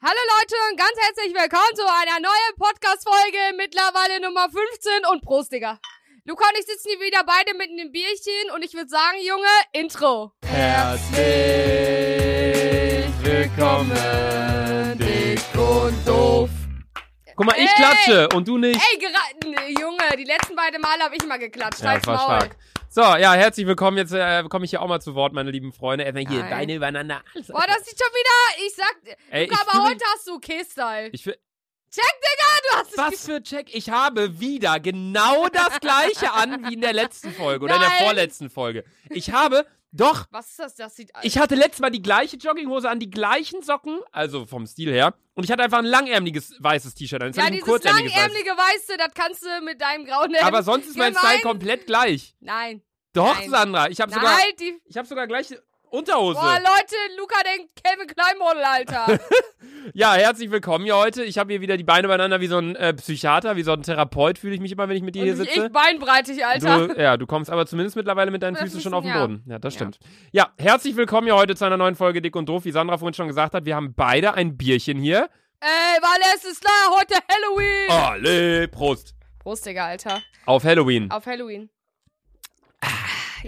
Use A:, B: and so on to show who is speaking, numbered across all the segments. A: Hallo Leute und ganz herzlich willkommen zu einer neuen Podcast-Folge, mittlerweile Nummer 15 und Prost, Digga. Luca und ich sitzen hier wieder beide mit einem Bierchen und ich würde sagen, Junge, Intro.
B: Herzlich willkommen, dick und doof. Guck mal, ich
A: Ey.
B: klatsche und du nicht.
A: Ey, gerade, nee, Junge, die letzten beiden Male habe ich mal geklatscht.
B: Ja,
A: Halt's
B: das war
A: Maul.
B: stark. So, ja, herzlich willkommen. Jetzt äh, komme ich hier auch mal zu Wort, meine lieben Freunde. Erstmal hier,
A: Geil.
B: Beine übereinander. Alles
A: Boah, das ist schon wieder, ich sag,
B: Ey, ich
A: Luca, aber
B: fühl mich-
A: heute hast du K-Style.
B: ich fühl-
A: Du hast dich
B: was für Check? Ich habe wieder genau das gleiche an wie in der letzten Folge oder in
A: Nein.
B: der vorletzten Folge. Ich habe, doch,
A: Was ist das? Das sieht
B: Ich hatte letztes Mal die gleiche Jogginghose an, die gleichen Socken, also vom Stil her. Und ich hatte einfach ein langärmeliges weißes T-Shirt an. Jetzt
A: Ja,
B: hatte ich ein
A: dieses
B: kurzärmeliges
A: langärmelige Weiße, das kannst du mit deinem grauen
B: weißes.
A: Hemd.
B: Aber sonst ist mein
A: gemein.
B: Style komplett gleich.
A: Nein.
B: Doch,
A: Nein.
B: Sandra, ich habe
A: Nein,
B: sogar,
A: die.
B: ich hab sogar gleiche Unterhose.
A: Boah, Leute, Luca denkt Calvin Klein Model, Alter.
B: ja, herzlich willkommen hier heute. Ich habe hier wieder die Beine beieinander wie so ein äh, Psychiater, wie so ein Therapeut fühle ich mich immer, wenn ich mit dir hier
A: Und ich
B: sitze.
A: beinbreitig, Alter.
B: Du, ja, du kommst aber zumindest mittlerweile mit deinen
A: Mit
B: Füßen schon
A: Füßen,
B: auf den
A: ja.
B: Boden. Ja, das
A: Ja.
B: stimmt. Ja, herzlich willkommen hier heute zu einer neuen Folge Dick und Doof. Wie Sandra vorhin schon gesagt hat, wir haben beide ein Bierchen hier.
A: Ey, weil es ist klar, heute Halloween.
B: Oh. Alle, Prost.
A: Prost, Digga, Alter.
B: Auf Halloween.
A: auf Halloween. Jetzt
B: Ah,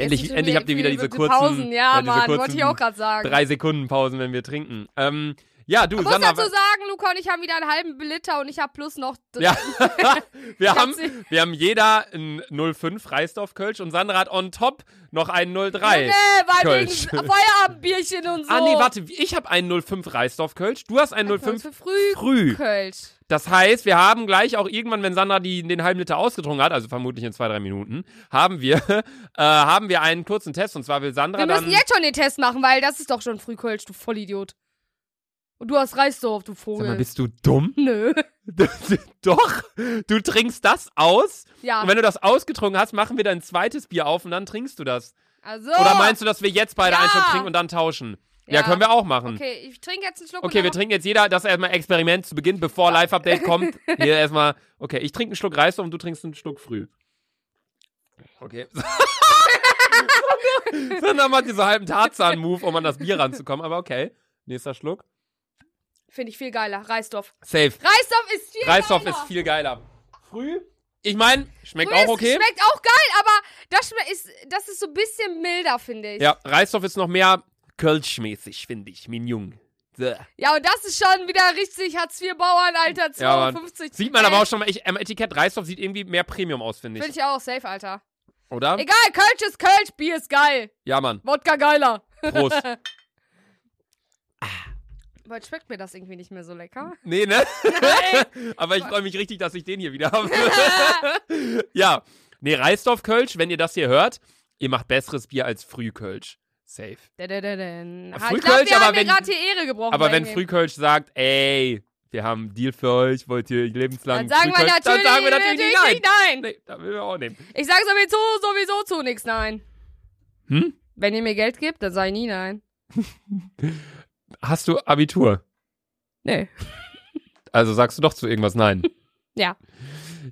B: endlich-
A: sind wir
B: endlich habt ihr
A: für
B: wieder
A: die-
B: diese
A: für
B: kurzen-
A: Pausen. Ja,
B: ja, diese
A: Mann,
B: kurzen
A: wollte ich auch gerade sagen.
B: Drei Sekunden Pausen, wenn wir trinken. Ähm, ja, du,
A: ich muss
B: Sandra.
A: dazu sagen, Luca und ich haben wieder einen halben Liter und ich habe plus noch dr-
B: ja, wir, haben,
A: Ganze-
B: wir haben jeder ein 05 Reisdorf Kölsch und Sandra hat on top noch einen 03.
A: Junge, weil wegen
B: Kölsch.
A: Feierabendbierchen und so.
B: Ah, nee, warte, ich habe einen 05 Reisdorf Kölsch, du hast einen 05
A: Für früh.
B: früh.
A: Kölsch.
B: Das heißt, wir haben gleich auch irgendwann, wenn Sandra die, den halben Liter ausgetrunken hat, also vermutlich in zwei, drei Minuten, haben wir, äh, haben wir einen kurzen Test und zwar will Sandra
A: Wir
B: dann.
A: müssen jetzt schon den Test machen, weil das ist doch schon früh Kölsch, du Vollidiot. Und du hast Reisdorf, du
B: Sag
A: Vogel.
B: mal, bist du dumm?
A: Nö.
B: Doch, du trinkst das aus
A: Ja.
B: Und wenn du das ausgetrunken hast, machen wir dein zweites Bier auf und dann trinkst du das.
A: Also.
B: Oder meinst du, dass wir jetzt beide
A: Ja.
B: einen Schluck trinken und dann tauschen? Ja,
A: Ja.
B: können wir auch machen. Okay,
A: Okay, ich trinke jetzt einen Schluck. und
B: wir
A: dann
B: trinken jetzt jeder das erstmal Experiment zu Beginn, bevor Live-Update kommt. Hier erstmal, okay, ich trinke einen Schluck Reis und du trinkst einen Schluck früh. Okay. Sandra- Sandra macht diesen halben Tarzan-Move, um an das Bier ranzukommen, aber okay. Nächster Schluck.
A: Finde ich viel geiler. Reisdorf.
B: Safe.
A: Reisdorf ist viel
B: Reisdorf
A: geiler.
B: ist viel geiler. Früh? Ich meine, schmeckt
A: Früh
B: auch okay.
A: Ist, schmeckt auch geil, aber das, schme- ist, das ist so ein bisschen milder, finde ich.
B: Ja, Reisdorf ist noch mehr Kölschmäßig, finde ich, mein Jung. So.
A: Ja, und das ist schon wieder richtig Hartz IV Bauern, Alter,
B: Ja,
A: 2,50.
B: Sieht man aber auch schon mal, ich, am Etikett Reisdorf sieht irgendwie mehr Premium aus, finde
A: Finde
B: ich.
A: ich auch safe, Alter.
B: Oder?
A: Egal, Kölsch ist Kölsch, Bier ist geil.
B: Ja, Mann.
A: Wodka geiler.
B: Prost.
A: Aber jetzt schmeckt mir das irgendwie nicht mehr so lecker.
B: nee, ne? aber ich freue mich richtig, dass ich den hier wieder habe. ja. Nee, Reisdorf Kölsch, wenn ihr das hier hört, ihr macht besseres Bier als Frühkölsch. Safe.
A: Da, da, da, da.
B: Frühkölsch,
A: ich glaub, wir
B: aber
A: haben
B: wenn-
A: mir gerade die Ehre gebrochen.
B: Aber
A: bei
B: wenn
A: dem.
B: Frühkölsch sagt, ey, wir haben einen Deal für euch, wollt ihr lebenslang
A: dann sagen wir
B: Frühkölsch,
A: natürlich,
B: dann sagen wir natürlich nicht nein.
A: nicht nein.
B: Nee, da will wir auch nehmen.
A: Ich sage sowieso, sowieso zu nichts nein.
B: Hm?
A: Wenn ihr mir Geld gebt, dann sage ich nie nein.
B: Hast du Abitur?
A: Nee.
B: Also sagst du doch zu irgendwas nein.
A: Ja.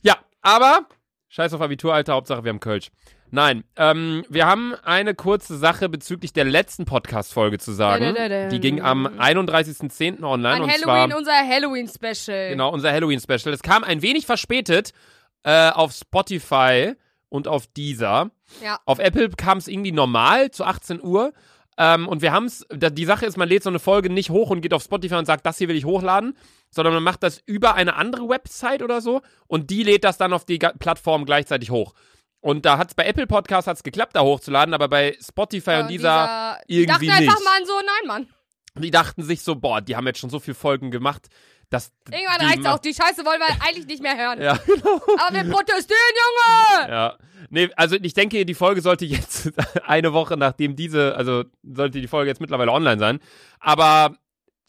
B: Ja, aber scheiß auf Abitur, Alter, Hauptsache wir haben Kölsch. Nein, ähm, wir haben eine kurze Sache bezüglich der letzten Podcast-Folge zu sagen.
A: Dadadadam.
B: Die ging am 31.10. online
A: An
B: und
A: Halloween,
B: zwar
A: unser Halloween-Special.
B: genau, unser Halloween-Special. Es kam ein wenig verspätet äh, auf Spotify und auf Deezer.
A: Ja.
B: Auf Apple kam es irgendwie normal zu 18 Uhr. Ähm, und wir haben es, die Sache ist, man lädt so eine Folge nicht hoch und geht auf Spotify und sagt, das hier will ich hochladen, sondern man macht das über eine andere Website oder so und die lädt das dann auf die ga- Plattform gleichzeitig hoch. Und da hat es bei Apple Podcast hat's geklappt, da hochzuladen, aber bei Spotify
A: Ja,
B: und dieser,
A: die dachten
B: irgendwie
A: einfach
B: nicht.
A: mal an so, nein, Mann.
B: die dachten sich so, boah, die haben jetzt schon so viele Folgen gemacht, dass.
A: Irgendwann
B: die
A: reicht's
B: ma-
A: auch. Die Scheiße wollen wir eigentlich nicht mehr hören.
B: Ja,
A: Aber wir protestieren, Junge!
B: Ja. Nee, also ich denke, die Folge sollte jetzt eine Woche nachdem diese, also sollte die Folge jetzt mittlerweile online sein. Aber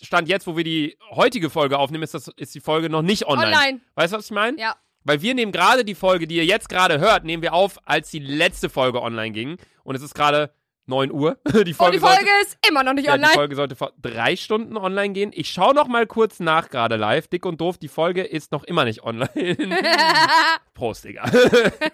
B: Stand jetzt, wo wir die heutige Folge aufnehmen, ist, das, ist die Folge noch nicht online.
A: Online.
B: Weißt du, was ich meine?
A: Ja.
B: Weil wir nehmen gerade die Folge, die ihr jetzt gerade hört, nehmen wir auf, als die letzte Folge online ging. Und es ist gerade 9 Uhr. Die
A: Und
B: Folge,
A: Oh, die Folge
B: sollte,
A: ist immer noch nicht
B: ja, die
A: online.
B: Folge sollte vor drei Stunden online gehen. Ich schaue noch mal kurz nach gerade live. Dick und doof, die Folge ist noch immer nicht online. Prost, Digga.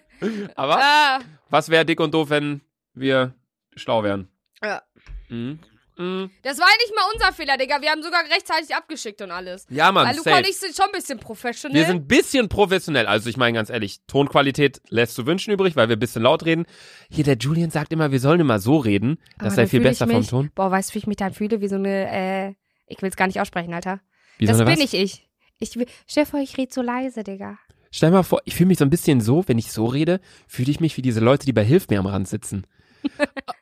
B: Aber
A: Ah,
B: was wäre dick und doof, wenn wir schlau wären?
A: Ja.
B: Mhm. Mm.
A: Das war nicht mal unser Fehler, Digga. Wir haben sogar rechtzeitig abgeschickt und alles.
B: Ja, Mann,
A: Weil Luca
B: safe.
A: und ich sind schon ein bisschen professionell.
B: Wir sind ein bisschen professionell. Also ich meine ganz ehrlich, Tonqualität lässt zu wünschen übrig, weil wir ein bisschen laut reden. Hier, der Julian sagt immer, wir sollen immer so reden.
A: Aber
B: Das sei
A: dann
B: viel
A: fühle ich
B: besser
A: mich,
B: vom Ton.
A: Boah, weißt du, wie ich mich dann fühle? Wie so eine, äh, ich will es gar nicht aussprechen, Alter.
B: Wie
A: das
B: soll er
A: bin
B: was?
A: ich ich. Ich will, stell dir vor, ich rede so leise, Digga.
B: Stell mal vor, ich fühle mich so ein bisschen so, wenn ich so rede, fühle ich mich wie diese Leute, die bei Hilf mir am Rand sitzen.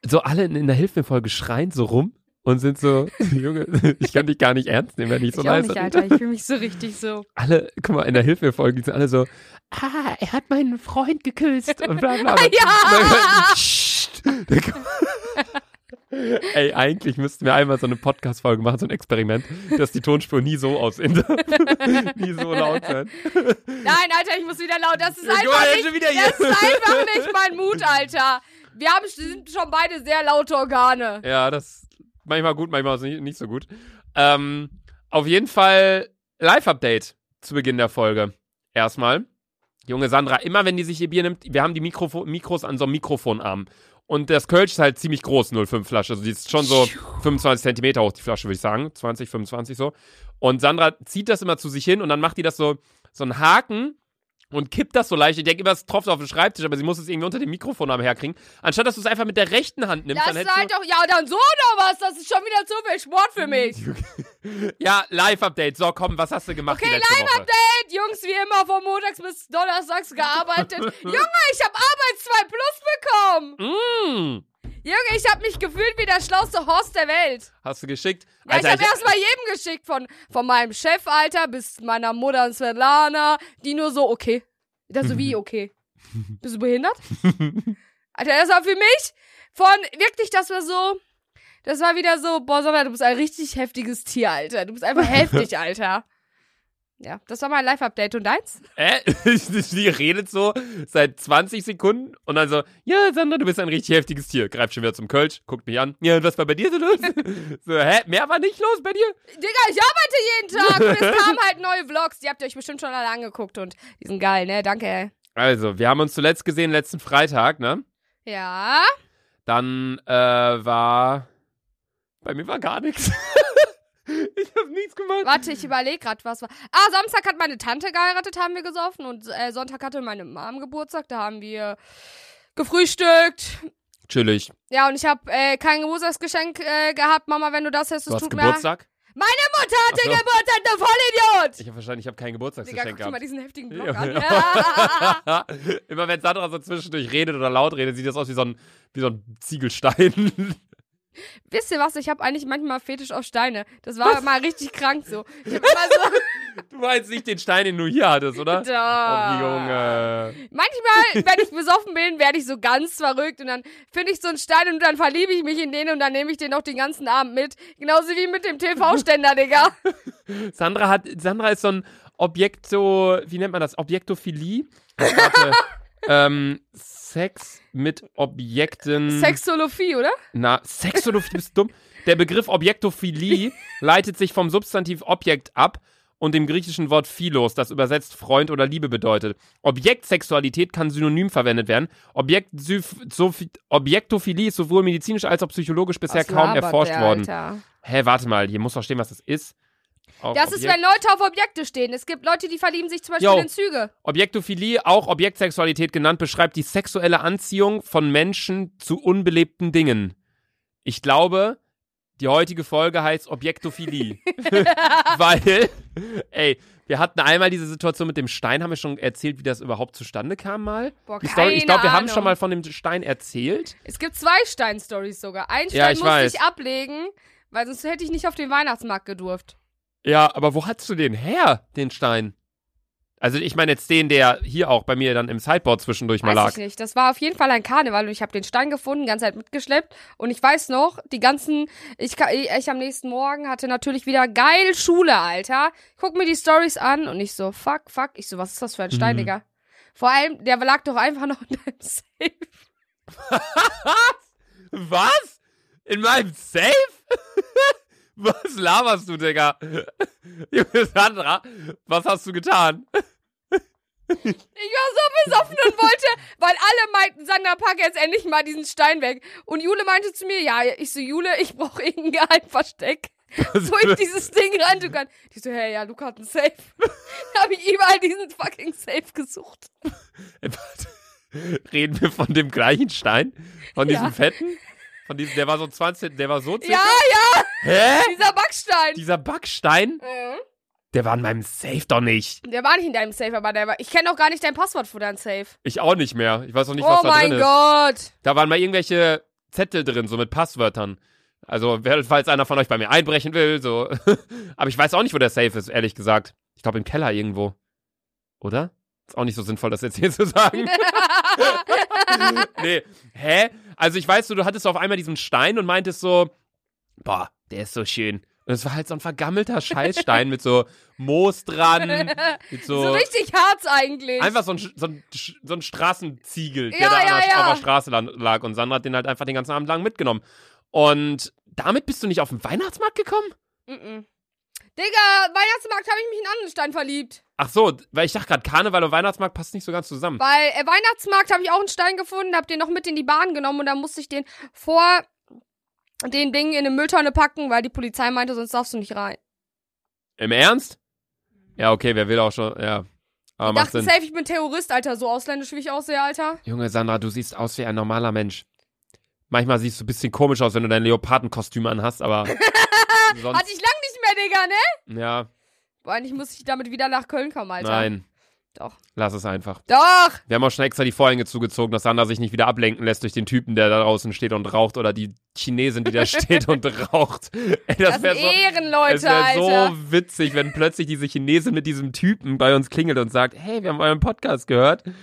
B: so alle in in der Hilf mir Folge schreien so rum und sind so, Junge, ich kann dich gar nicht ernst nehmen, wenn ich so
A: ich
B: leise
A: auch nicht,
B: rede.
A: Alter. Ich fühle mich so richtig so.
B: Alle, guck mal, in der Hilf mir Folge die sind alle so, ah, er hat meinen Freund geküsst und bla bla.
A: Ja!
B: Psst. Ey, eigentlich müssten wir einmal so eine Podcast-Folge machen, so ein Experiment, dass die Tonspur nie so aussehen darf. nie so laut sein.
A: Nein, Alter, ich muss wieder laut. Das ist
B: Ja, guck mal,
A: einfach
B: er ist
A: nicht,
B: schon wieder hier.
A: das ist einfach nicht mein Mut, Alter. Wir haben, sind schon beide sehr laute Organe.
B: Ja, das manchmal gut, manchmal nicht, nicht so gut. Ähm, auf jeden Fall Live-Update zu Beginn der Folge. Erstmal. Junge Sandra, immer wenn die sich ihr Bier nimmt, wir haben die Mikrofo Mikros an so einem Mikrofonarm. Und das Kölsch ist halt ziemlich groß, 05 Flasche. Also die ist schon so 25 Zentimeter hoch, die Flasche, würde ich sagen. 20, 25 so. Und Sandra zieht das immer zu sich hin und dann macht die das so, so einen Haken und kippt das so leicht. Ich denke immer, es tropft auf den Schreibtisch, aber sie muss es irgendwie unter dem Mikrofonarm herkriegen. Anstatt, dass du es einfach mit der rechten Hand nimmst,
A: Das
B: dann
A: ist
B: hättest du...
A: halt doch, ja, dann so oder was? Das ist schon wieder zu viel Sport für mich.
B: Ja, Live-Update. So, komm, was hast du gemacht
A: Okay,
B: die letzte Woche?
A: Mit Jungs, wie immer, von montags bis donnerstags gearbeitet. Junge, ich habe Arbeits 2 Plus bekommen.
B: Mm,
A: Junge, ich habe mich gefühlt wie der schlauste Horst der Welt.
B: hast du geschickt?
A: Ja, ich habe erstmal jedem geschickt, von, von meinem Chef, Alter, bis meiner Mutter und Svetlana, die nur so, okay. Da so wie, okay. Bist du behindert? Alter, das war für mich von, wirklich, das war so, das war wieder so, boah, Sommer, du bist ein richtig heftiges Tier, Alter. Du bist einfach heftig, Alter. Ja, das war mein Live-Update und deins?
B: äh, die redet so seit 20 Sekunden und dann so, ja, Sandra, du bist ein richtig heftiges Tier. Greift schon wieder zum Kölsch, guckt mich an. Ja, und was war bei dir so los? so, hä, mehr war nicht los bei dir?
A: Digga, ich arbeite jeden Tag und es kamen halt neue Vlogs, die habt ihr euch bestimmt schon alle angeguckt und die sind geil, ne? Danke, ey.
B: Also, wir haben uns zuletzt gesehen, letzten Freitag, ne?
A: Ja.
B: Dann äh, war... Bei mir war gar nichts. ich habe nichts gemacht.
A: Warte, ich überlege gerade, was war. Ah, Samstag hat meine Tante geheiratet, haben wir gesoffen. Und äh, Sonntag hatte meine Mom Geburtstag, da haben wir gefrühstückt.
B: Chillig.
A: Ja, und ich habe äh, kein Geburtstagsgeschenk äh, gehabt. Mama, wenn du das hörst,
B: Du
A: es
B: hast
A: tut
B: Geburtstag?
A: mir. Meine Mutter hatte
B: Ach so.
A: Geburtstag, du Vollidiot!
B: Ich habe wahrscheinlich, ich habe kein
A: Digga,
B: Geburtstagsgeschenk
A: guck dir
B: gehabt.
A: mal diesen heftigen Block
B: Ja,
A: an.
B: Immer wenn Sandra so zwischendurch redet oder laut redet, sieht das aus wie so ein, wie so ein Ziegelstein.
A: Wisst ihr was? Ich habe eigentlich manchmal Fetisch auf Steine. Das war mal richtig krank so. Ich hab immer so
B: Du meinst nicht den Stein, den du hier hattest, oder?
A: Da.
B: Oh, Junge.
A: Manchmal, wenn ich besoffen bin, werde ich so ganz verrückt und dann finde ich so einen Stein und dann verliebe ich mich in den und dann nehme ich den noch den ganzen Abend mit. Genauso wie mit dem TV-Ständer, Digga.
B: Sandra, hat, Sandra ist so ein Objekto, wie nennt man das? Objektophilie? Warte. ähm, Sex mit Objekten.
A: Sexolophie, oder?
B: Na, Sexologist, du bist dumm. Der Begriff Objektophilie leitet sich vom Substantiv Objekt ab und dem griechischen Wort Philos, das übersetzt Freund oder Liebe bedeutet. Objektsexualität kann synonym verwendet werden. Objekt Objektophilie ist sowohl medizinisch als auch psychologisch bisher
A: Was
B: kaum
A: labert
B: erforscht
A: der,
B: worden.
A: Alter?
B: Hä, warte mal, hier muss doch stehen, was das ist. Auch
A: Das ist, wenn Leute auf Objekte stehen. Es gibt Leute, die verlieben sich zum Beispiel
B: Jo.
A: in Züge.
B: Objektophilie, auch Objektsexualität genannt, beschreibt die sexuelle Anziehung von Menschen zu unbelebten Dingen. Ich glaube, die heutige Folge heißt Objektophilie. Weil, ey, wir hatten einmal diese Situation mit dem Stein, haben wir schon erzählt, wie das überhaupt zustande kam mal.
A: Boah,
B: Die Story, ich
A: keine
B: glaube, wir haben
A: Ahnung.
B: schon mal von dem Stein erzählt.
A: Es gibt zwei Stein-Stories sogar. Einen Stein
B: Ja, ich
A: musste
B: weiß.
A: ich ablegen, weil sonst hätte ich nicht auf den Weihnachtsmarkt gedurft.
B: Ja, aber wo hast du den her, den Stein? Also ich meine jetzt den, der hier auch bei mir dann im Sideboard zwischendurch
A: Weiß
B: mal lag.
A: ich nicht. Das war auf jeden Fall ein Karneval und ich habe den Stein gefunden, die ganze Zeit mitgeschleppt. Und ich weiß noch, die ganzen, ich, ka- ich, ich am nächsten Morgen hatte natürlich wieder geil Schule, Alter. Guck mir die Stories an und ich so, fuck, fuck. Ich so, was ist das für ein Stein,
B: Mhm.
A: Digga? Vor allem, der lag doch einfach noch in deinem Safe.
B: Was? In meinem Safe? Was laberst du, Digga? Junge Sandra, was hast du getan?
A: Ich war so besoffen und wollte, weil alle meinten, Sandra, pack jetzt endlich mal diesen Stein weg. Und Jule meinte zu mir, ja, ich so, Jule, ich brauche irgendein Geheimversteck,
B: Also
A: wo ich dieses Ding reintun kann. Die so, hey, ja, Luca hat einen Safe. da habe ich überall diesen fucking Safe gesucht.
B: Reden wir von dem gleichen Stein? Von diesem
A: Ja.
B: fetten? Von diesem, der war so 20, der war so 10.
A: Ja, ja,
B: Hä?
A: dieser Backstein.
B: Dieser Backstein,
A: Mhm.
B: der war in meinem Safe doch nicht.
A: Der war nicht in deinem Safe, aber der war. Ich kenne auch gar nicht dein Passwort für deinen Safe.
B: Ich auch nicht mehr. Ich weiß auch nicht,
A: oh
B: was da
A: mein
B: drin ist.
A: Gott.
B: Da waren mal irgendwelche Zettel drin, so mit Passwörtern. Also, wer- falls einer von euch bei mir einbrechen will, so. Aber ich weiß auch nicht, wo der Safe ist, ehrlich gesagt. Ich glaube, im Keller irgendwo. Oder? Ist auch nicht so sinnvoll, das jetzt hier zu sagen. nee. Hä? Also, ich weiß, so, du hattest auf einmal diesen Stein und meintest so, boah, der ist so schön. Und es war halt so ein vergammelter Scheißstein mit so Moos dran, mit
A: So,
B: so.
A: richtig Harz eigentlich.
B: Einfach so ein, Sch- so ein, Sch- so ein Straßenziegel, der
A: Ja,
B: da
A: ja,
B: an der,
A: ja.
B: auf der Straße lan- lag. Und Sandra hat den halt einfach den ganzen Abend lang mitgenommen. Und damit bist du nicht auf den Weihnachtsmarkt gekommen?
A: Mhm. Digga, Weihnachtsmarkt habe ich mich in einen anderen Stein verliebt.
B: Ach so, weil ich dachte gerade, Karneval und Weihnachtsmarkt passt nicht so ganz zusammen.
A: Weil äh, Weihnachtsmarkt habe ich auch einen Stein gefunden, habe den noch mit in die Bahn genommen und dann musste ich den vor den Ding in eine Mülltonne packen, weil die Polizei meinte, sonst darfst du nicht rein.
B: Im Ernst? Ja, okay, wer will auch schon, ja. Aber
A: ich
B: Ah, macht
A: dachte
B: Sinn.
A: safe, ich bin Terrorist, Alter. So ausländisch wie ich aussehe, Alter.
B: Junge, Sandra, du siehst aus wie ein normaler Mensch. Manchmal siehst du ein bisschen komisch aus, wenn du dein Leopardenkostüm anhast, aber
A: Hatte
B: sonst,
A: ich lang nicht mehr, Digga, ne?
B: ja,
A: Boah, eigentlich muss ich damit wieder nach Köln kommen, Alter.
B: nein.
A: Doch.
B: Lass es einfach.
A: Doch.
B: Wir haben auch schon extra die Vorhänge zugezogen, dass Sandra sich nicht wieder ablenken lässt durch den Typen, der da draußen steht und raucht oder die Chinesin, die da steht und raucht. Ey,
A: Das,
B: das wäre
A: sind
B: so,
A: Ehrenleute,
B: es wär
A: Alter.
B: so witzig, wenn plötzlich diese Chinesin mit diesem Typen bei uns klingelt und sagt, hey, wir haben euren Podcast gehört. Wir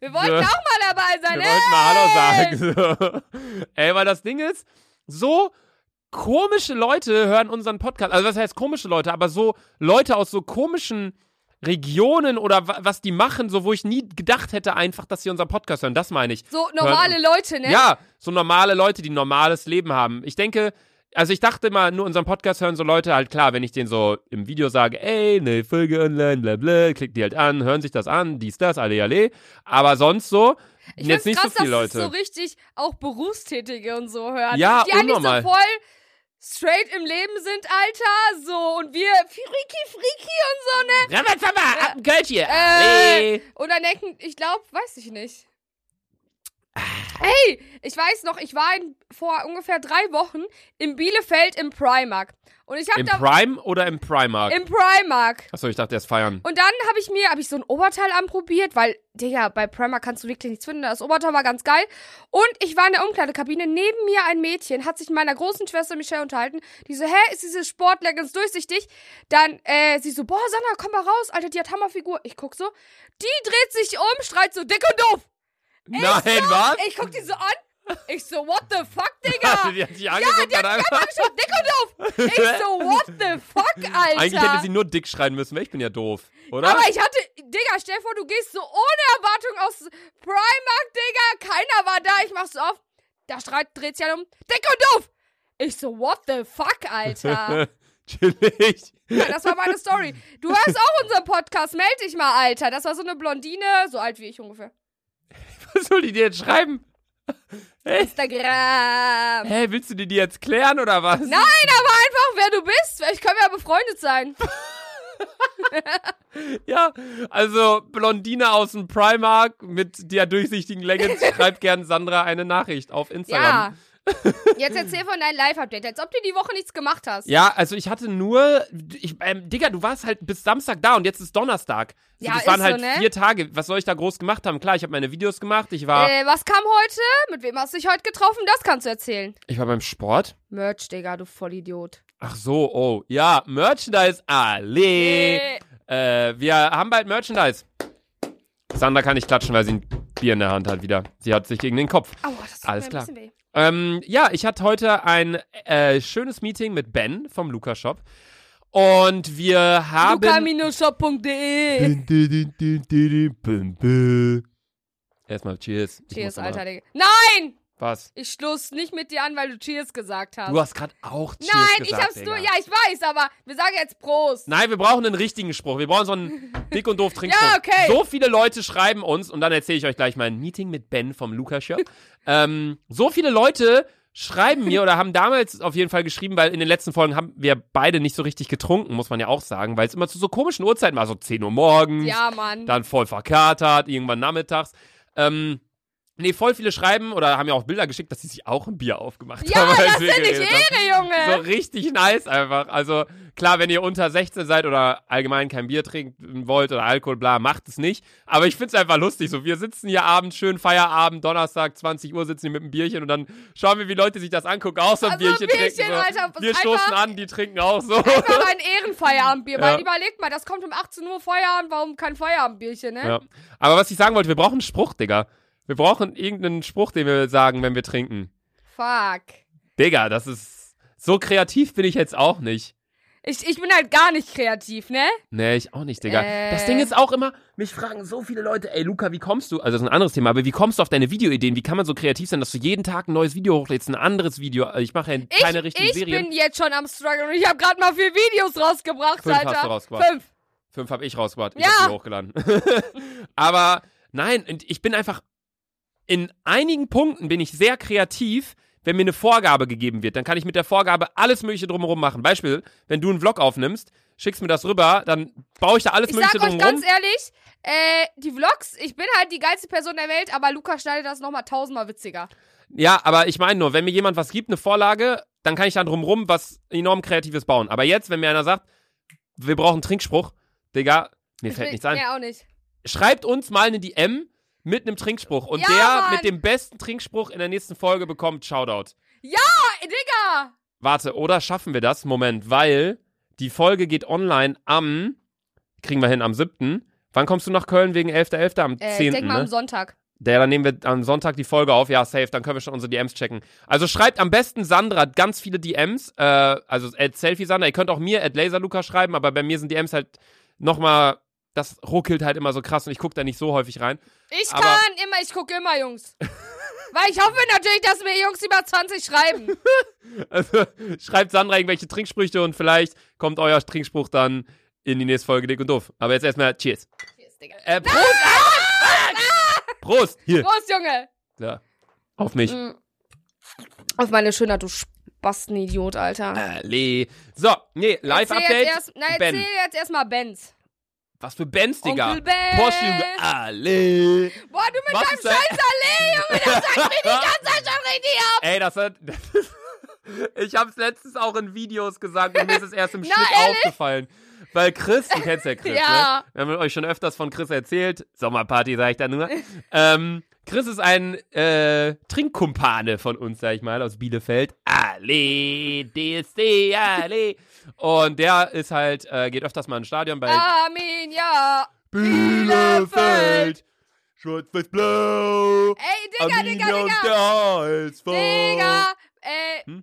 A: Wir wollten
B: Ja.
A: auch mal dabei sein, ne?
B: wollten mal Hallo sagen. Ey, weil das Ding ist, so komische Leute hören unseren Podcast. Also was heißt komische Leute, aber so Leute aus so komischen Regionen oder wa- was die machen, so wo ich nie gedacht hätte einfach, dass sie unseren Podcast hören. Das meine ich.
A: So normale Leute, ne?
B: Ja, so normale Leute, die ein normales Leben haben. Ich denke, also ich dachte immer, nur unseren Podcast hören so Leute halt klar, wenn ich denen so im Video sage, ey, ne Folge online, bla bla, klickt die halt an, hören sich das an, dies, das, alle, alle. Aber sonst so,
A: Ich
B: jetzt
A: find's
B: nicht
A: krass,
B: so viele
A: dass es
B: Leute.
A: so richtig auch Berufstätige und so hören.
B: Ja,
A: die eigentlich
B: unnormal.
A: so voll straight im Leben sind, Alter. So, und wir freaky, freaky und so, ne?
B: Rabatfaba, ab ein Kölschchen.
A: Äh.
B: Ey.
A: Und dann denken, ich glaube, weiß ich nicht. Hey, ich weiß noch, ich war in, vor ungefähr drei Wochen in Bielefeld im Primark. Und ich habe
B: Im
A: da
B: Prime oder im Primark?
A: im Primark.
B: Achso, ich dachte, erst feiern.
A: Und dann habe ich mir, habe ich so ein Oberteil anprobiert, weil, Digga, bei Primark kannst du wirklich nichts finden. Das Oberteil war ganz geil. Und ich war in der Umkleidekabine, neben mir ein Mädchen, hat sich mit meiner großen Schwester Michelle unterhalten. Die so, hä, ist diese Sportleggings durchsichtig? Dann, äh, sie so, boah, Sandra, komm mal raus, Alter, die hat Hammerfigur. Ich guck so, die dreht sich um, schreit so, dick und doof.
B: Nein, was?
A: Ich guck die so an. Ich so, what the fuck, Digga?
B: die hat sich angeguckt, hat einfach.
A: Ich so, dick und doof. Ich so, what the fuck, Alter?
B: Eigentlich hätte sie nur dick schreien müssen, weil ich bin ja doof, oder?
A: Aber ich hatte, Digga, stell dir vor, du gehst so ohne Erwartung aus Primark, Digga. Keiner war da. Ich mach's auf. Da schreit, dreht sich einer um. Dick und doof. Ich so, what the fuck, Alter.
B: Chillig.
A: Ja, das war meine Story. Du hörst auch unseren Podcast. Meld dich mal, Alter. Das war so eine Blondine, so alt wie ich ungefähr.
B: Was soll die dir jetzt schreiben?
A: Instagram.
B: Hä, willst du dir die jetzt klären oder was?
A: Nein, aber einfach, wer du bist. Vielleicht können wir ja befreundet sein.
B: Ja, also Blondine aus dem Primark mit der durchsichtigen Leggings schreibt gern Sandra eine Nachricht auf Instagram.
A: Ja. Jetzt erzähl von deinem Live-Update, als ob du die Woche nichts gemacht hast.
B: Ja, also ich hatte nur, ich, ähm, Digga, du warst halt bis Samstag da und jetzt ist Donnerstag. So,
A: Ja,
B: das
A: ist
B: waren
A: so,
B: halt
A: ne?
B: vier Tage. Was soll ich da groß gemacht haben? Klar, ich habe meine Videos gemacht. Ich war,
A: Äh, was kam heute? Mit wem hast du dich heute getroffen? Das kannst du erzählen.
B: ich war beim Sport.
A: Merch, Digga, du Vollidiot.
B: Ach so, oh, ja, Merchandise Allee. Äh, wir haben bald Merchandise. Sandra kann nicht klatschen, weil sie ein Bier in der Hand hat wieder. Sie hat sich gegen den Kopf.
A: Aua, das tut
B: Alles
A: mir ein
B: klar.
A: bisschen weh.
B: Ähm, ja, ich hatte heute ein äh, schönes Meeting mit Ben vom Luca Shop. Und wir haben.
A: Luca-shop.de
B: Erstmal Cheers. Ich muss
A: Cheers,
B: nochmal-
A: Alter, Digga. Nein!
B: Was?
A: Ich schluss nicht mit dir an, weil du Cheers gesagt hast.
B: Du hast gerade auch Cheers
A: Nein,
B: gesagt,
A: ich hab's
B: Digga.
A: nur. Ja, ich weiß, aber wir sagen jetzt Prost.
B: Nein, wir brauchen einen richtigen Spruch. Wir brauchen so einen dick und doof Trinkspruch.
A: Ja, okay.
B: So viele Leute schreiben uns, und dann erzähle ich euch gleich mein Meeting mit Ben vom Lukas Shop. ähm, so viele Leute schreiben mir oder haben damals auf jeden Fall geschrieben, weil in den letzten Folgen haben wir beide nicht so richtig getrunken, muss man ja auch sagen, weil es immer zu so komischen Uhrzeiten war, so 10 Uhr morgens,
A: Ja, Mann.
B: dann voll verkatert, irgendwann nachmittags. Ähm, nee, voll viele schreiben oder haben ja auch Bilder geschickt, dass sie sich auch ein Bier aufgemacht
A: ja,
B: haben. als
A: das
B: wir
A: finde ich
B: geredet haben
A: Ehre, Junge.
B: so richtig nice einfach. Also klar, wenn ihr unter 16 seid oder allgemein kein Bier trinken wollt oder Alkohol, bla, macht es nicht. Aber ich find's einfach lustig. So, wir sitzen hier abends, schön Feierabend, Donnerstag, 20 Uhr sitzen wir mit einem Bierchen und dann schauen wir, wie Leute sich das angucken, auch so ein
A: Also,
B: Bierchen,
A: Bierchen,
B: trinken. So.
A: Alter, was
B: wir
A: einfach-
B: stoßen an, die trinken auch so.
A: Einfach ein Ehrenfeierabendbier,
B: Ja.
A: weil überlegt mal, das kommt um 18 Uhr Feierabend, warum kein Feierabendbierchen, ne?
B: Ja. Aber was ich sagen wollte, wir brauchen einen Spruch, Digga. Wir brauchen irgendeinen Spruch, den wir sagen, wenn wir trinken.
A: Fuck.
B: Digga, das ist. So kreativ bin ich jetzt auch nicht.
A: Ich, ich bin halt gar nicht kreativ, ne?
B: Nee, ich auch nicht, Digga.
A: Äh.
B: Das Ding ist auch immer, mich fragen so viele Leute, ey Luca, wie kommst du, also das ist ein anderes Thema, aber wie kommst du auf deine Videoideen? Wie kann man so kreativ sein, dass du jeden Tag ein neues Video hochlädst, ein anderes Video? Also Ich mache ja
A: Ich,
B: keine richtigen
A: ich
B: Serien.
A: bin jetzt schon am Struggle und ich habe gerade mal vier Videos rausgebracht,
B: Fünf hast
A: Alter.
B: du rausgebracht.
A: Fünf.
B: Fünf habe ich rausgebracht, ich
A: Ja.
B: hab die hochgeladen. aber nein, und ich bin einfach, in einigen Punkten bin ich sehr kreativ, wenn mir eine Vorgabe gegeben wird. Dann kann ich mit der Vorgabe alles mögliche drumherum machen. Beispiel, wenn du einen Vlog aufnimmst, schickst mir das rüber, dann baue ich da alles
A: Ich sag
B: mögliche
A: euch
B: drumherum.
A: ganz ehrlich, äh, die Vlogs, ich bin halt die geilste Person der Welt, aber Luca schneidet das nochmal tausendmal witziger.
B: Ja, aber ich meine nur, wenn mir jemand was gibt, eine Vorlage, dann kann ich dann drumrum was enorm Kreatives bauen. Aber jetzt, wenn mir einer sagt, wir brauchen einen Trinkspruch, Digga, mir fällt
A: Ich-
B: nichts ein.
A: Nee, auch nicht.
B: Schreibt uns mal eine DM mit einem Trinkspruch und
A: Ja,
B: der
A: Mann.
B: mit dem besten Trinkspruch in der nächsten Folge bekommt Shoutout.
A: Ey, Digga!
B: Warte, oder schaffen wir das? Moment, weil die Folge geht online am, kriegen wir hin, am 7. Wann kommst du nach Köln wegen 11.11.? Am
A: Äh,
B: 10.
A: ich denk mal
B: ne?
A: am Sonntag.
B: Der, dann nehmen wir am Sonntag die Folge auf. Ja, safe. Dann können wir schon unsere DMs checken. Also schreibt am besten Sandra hat ganz viele DMs. Äh, also at Selfie Sandra. Ihr könnt auch mir at LaserLuca schreiben, aber bei mir sind DMs halt nochmal. Das ruckelt halt immer so krass und ich gucke da nicht so häufig rein.
A: Ich
B: Aber-
A: kann immer, ich gucke immer, Jungs. Weil ich hoffe natürlich, dass mir Jungs über 20 schreiben.
B: Also schreibt Sandra irgendwelche Trinksprüche und vielleicht kommt euer Trinkspruch dann in die nächste Folge dick und doof. Aber jetzt erstmal Cheers.
A: Cheers, Digga.
B: Äh, Prost! Prost! Hier.
A: Prost, Junge!
B: Ja. Auf mich.
A: Mm. Auf meine Schönheit, du Spastenidiot, Alter.
B: Allee. So, nee,
A: Erzähl
B: Äh, Live-Update.
A: jetzt erst- Na,
B: Ben.
A: erzähl jetzt erstmal Benz.
B: Was für Bands, Digga.
A: Onkel Ben.
B: Porsche, Junge. Allee.
A: Boah, du mit
B: Was
A: deinem
B: ist da-
A: scheiß Allee, Junge, das sagt mir die ganze Zeit schon richtig ab.
B: Ey, das hat. Das ist, ich hab's letztens auch in Videos gesagt und mir ist es erst im
A: Na,
B: Schnitt
A: ehrlich?
B: aufgefallen. Weil Chris, du kennst ja Chris,
A: Ja.
B: ne? Wir haben euch schon öfters von Chris erzählt. Sommerparty, sag ich da nur. ähm, Chris ist ein äh, Trinkkumpane von uns, sag ich mal, aus Bielefeld. Ale, DSD, Ale. Und der ist halt, äh, geht öfters mal ins Stadion bei
A: Ah. Armin, ja.
B: Bielefeld. Schwarz-Weiß-Blau.
A: Ey, Digga, Digga,
B: Arminia und
A: Digga.
B: der HSV.
A: Digga. Ey,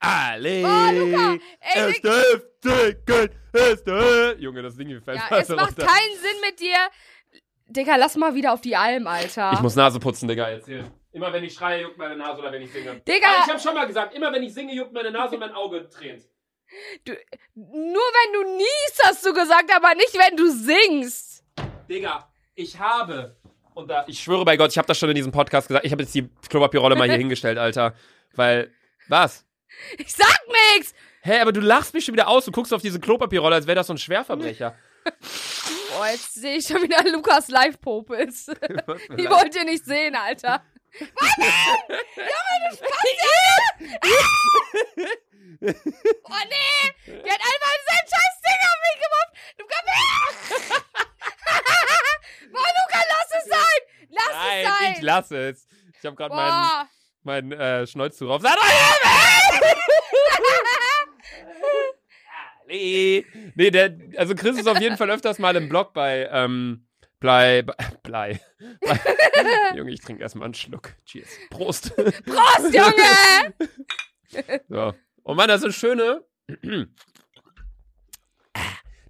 B: Alle.
A: Oh, Luca, ey,
B: erste FC Köln, erste. Junge, das Ding gefällt
A: ja,
B: mir
A: es
B: so
A: macht
B: runter.
A: keinen Sinn mit dir. Digga, lass mal wieder auf die Alm, Alter.
B: Ich muss Nase putzen, Digga, erzähl. Immer wenn ich schreie, juckt meine Nase oder wenn ich singe.
A: Digga.
B: Aber ich hab schon mal gesagt, immer wenn ich singe, juckt meine Nase und mein Auge tränt.
A: Nur wenn du niest, hast du gesagt, aber nicht, wenn du singst.
B: Digga, ich habe. Und da, ich schwöre bei Gott, ich habe das schon in diesem Podcast gesagt. Ich habe jetzt die Klopapierrolle mal hier hingestellt, Alter. Weil, was?
A: Ich sag nix.
B: Hä, aber du lachst mich schon wieder aus und guckst auf diese Klopapierrolle, als wäre das so ein Schwerverbrecher.
A: Boah, jetzt sehe ich schon wieder Lukas Live-Popels. Die wollt ihr nicht sehen, Alter. Mann! Junge, du Spasti! oh nee! Die hat einmal seinen scheiß Ding auf mich gemacht! Luca, Boah, Luca, lass es sein! Lass
B: Nein,
A: es sein!
B: ich lasse es. Ich habe gerade meinen
A: Boah!
B: mein äh, Schnäuz zu rauf. Sandra! nee, nee der, also Chris ist auf jeden Fall öfters mal im Blog bei, ähm, Blei, bei- Blei. Bei, Junge, ich trinke erstmal einen Schluck. Cheers. Prost.
A: Prost, Junge!
B: so. Oh Und Mann, das ist schöne.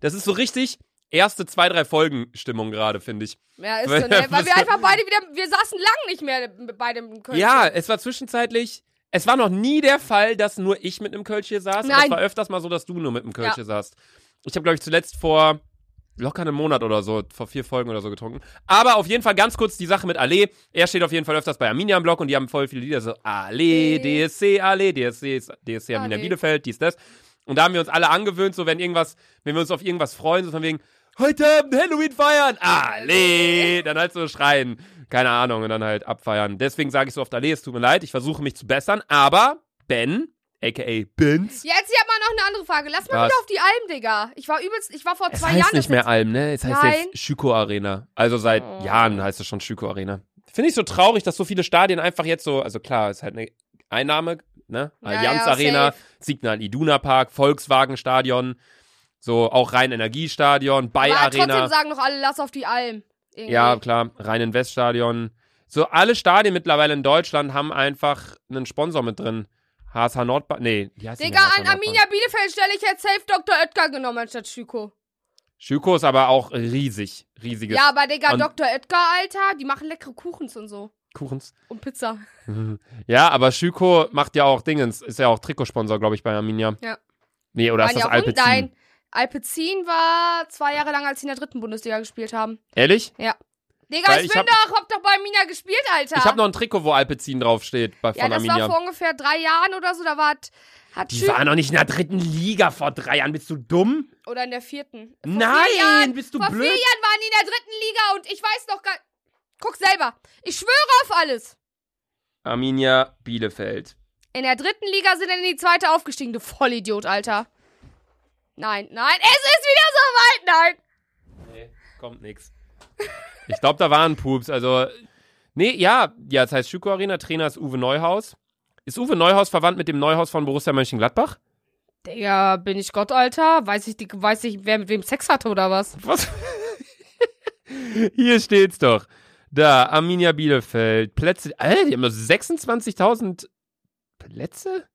B: Das ist so richtig erste zwei, drei Folgen Stimmung gerade, finde ich.
A: Ja, ist so, ne? Weil wir einfach beide wieder, wir saßen lang nicht mehr bei dem Kölsch.
B: Ja, es war zwischenzeitlich. Es war noch nie der Fall, dass nur ich mit einem Kölsch hier saß.
A: Nein.
B: Es war öfters mal so, dass du nur mit einem Kölsch
A: Ja.
B: hier saßt. Ich habe, glaube ich, zuletzt vor locker einem Monat oder so, vor vier Folgen oder so getrunken. Aber auf jeden Fall ganz kurz die Sache mit Ale. Er steht auf jeden Fall öfters bei Arminia im Blog und die haben voll viele Lieder. So Ale, DSC, Ale, DSC, ist- DSC Arminia
A: Ale.
B: Bielefeld, dies, das. Und da haben wir uns alle angewöhnt, so wenn irgendwas, wenn wir uns auf irgendwas freuen, so von wegen, heute Abend Halloween feiern, Ale, dann halt so schreien, keine Ahnung, und dann halt abfeiern. Deswegen sage ich so oft Ale, es tut mir leid, ich versuche mich zu bessern, aber Ben, aka
A: Jetzt
B: Benz,
A: hier hat man noch eine andere Frage. Lass mal
B: Was?
A: wieder auf die Alm, Digga. Ich war übelst, ich war vor
B: es
A: zwei
B: heißt
A: Jahren.
B: nicht
A: das
B: mehr Alm, ne? Es heißt
A: Nein.
B: jetzt Schüko Arena. Also seit
A: Oh.
B: Jahren heißt es schon Schüko Arena. Finde ich so traurig, dass so viele Stadien einfach jetzt so, also klar, ist halt eine Einnahme, ne?
A: Ja,
B: Allianz
A: ja,
B: Arena,
A: safe.
B: Signal Iduna Park, Volkswagen Stadion, so auch Rhein Energiestadion, Bay
A: aber
B: Arena.
A: trotzdem sagen noch alle, lass auf die Alm. Irgendwie.
B: Ja, klar, Rhein-Invest-Stadion. So alle Stadien mittlerweile in Deutschland haben einfach einen Sponsor mit drin. HSH Nordbahn, nee, die heißt nicht
A: Digga,
B: mehr HSH
A: an
B: Nordbahn.
A: Arminia Bielefeld stelle ich jetzt safe Dr. Oetker genommen anstatt Schüko.
B: Schüko ist aber auch riesig, riesiges
A: Ja, aber Digga,
B: Und-
A: Dr. Oetker, Alter, die machen leckere Kuchens und so.
B: Kuchens.
A: Und Pizza.
B: Ja, aber Schüko macht ja auch Dingens, ist ja auch Trikotsponsor, glaube ich, bei Arminia.
A: Ja.
B: Nee, oder
A: Waren
B: ist das
A: ja auch und-
B: Alpecin?
A: Nein, Alpecin war zwei Jahre lang, als sie in der dritten Bundesliga gespielt haben.
B: Ehrlich?
A: Digga,
B: Weil
A: ich,
B: ich
A: bin
B: hab-
A: doch, hab doch bei Arminia gespielt, Alter.
B: Ich habe noch ein Trikot, wo Alpecin draufsteht, bei, von
A: Ja, das war
B: Arminia.
A: vor ungefähr drei Jahren oder so, da war hat, hat
B: die
A: Schü-
B: waren noch nicht in der dritten Liga vor drei Jahren. Bist du dumm?
A: oder in der vierten. Vor vier
B: Nein,
A: Jahren,
B: bist du
A: vor
B: blöd?
A: vier Jahren waren die in der dritten Liga und ich weiß noch gar. Guck selber. Ich schwöre auf alles.
B: Arminia Bielefeld.
A: In der dritten Liga sind dann in die zweite aufgestiegen, du Vollidiot, Alter. Nein, nein, es ist wieder soweit, nein.
B: Nee, kommt nix. Ich glaube, da waren Pups. Also, nee, ja, ja, das heißt Schüko Arena, Trainer ist Uwe Neuhaus. Ist Uwe Neuhaus verwandt mit dem Neuhaus von Borussia Mönchengladbach?
A: Digga, bin ich Gott, Alter? Weiß ich, die- weiß ich, wer mit wem Sex hatte oder was?
B: Was? Hier steht's doch. Da, Arminia Bielefeld. Plätze. Alter, die haben doch 26.000 Plätze?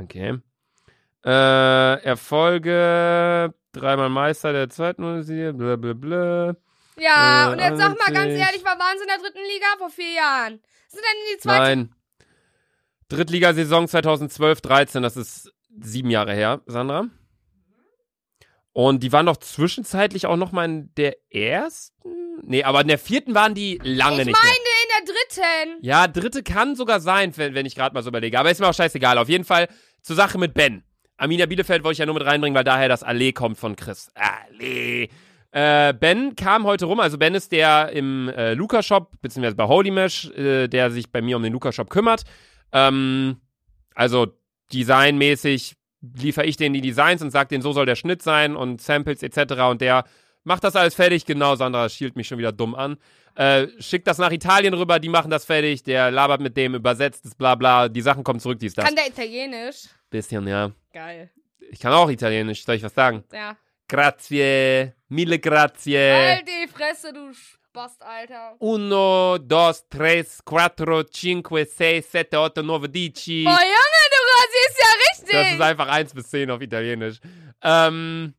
B: Okay. Äh, Erfolge. Dreimal Meister der zweiten Bundesliga. Blablabla.
A: Ja,
B: Äh,
A: und jetzt sag mal ganz
B: 91.
A: ehrlich, wann waren sie in der dritten Liga? Vor vier Jahren. Sind dann in die zweite
B: Nein. Drittligasaison 2012-13. Das ist sieben Jahre her, Sandra. Und die waren doch zwischenzeitlich auch noch mal in der ersten? Nee, aber in der vierten waren die lange
A: Ich
B: nicht mehr.
A: in der dritten.
B: Ja, dritte kann sogar sein, wenn, wenn ich gerade mal so überlege. Aber ist mir auch scheißegal. Auf jeden Fall zur Sache mit Ben. Amina Bielefeld wollte ich ja nur mit reinbringen, weil daher das Allee kommt von Chris. Allee. Äh, ben kam heute rum, also Ben ist der im äh, Luca-Shop, beziehungsweise bei Holy Mesh, äh, der sich bei mir um den Luca-Shop kümmert. Ähm, also designmäßig liefere ich denen die Designs und sage denen, so soll der Schnitt sein und Samples etc. Und der macht das alles fertig. Genau, Sandra schielt mich schon wieder dumm an. Äh, schickt das nach Italien rüber, die machen das fertig, der labert mit dem, übersetzt es, bla bla, die Sachen kommen zurück, dies, das.
A: Kann der Italienisch?
B: Bisschen, ja.
A: Geil.
B: Ich kann auch Italienisch, soll ich was sagen?
A: Ja.
B: Grazie, mille grazie.
A: Halt die Fresse, du Spast, Alter.
B: Uno, dos, tres, quattro, cinque, sei, sette, otto, nove, dieci.
A: Boah, Junge, du rasierst ja
B: Hm? Das
A: richtig.
B: ist einfach 1 bis 10 auf Italienisch. Ähm,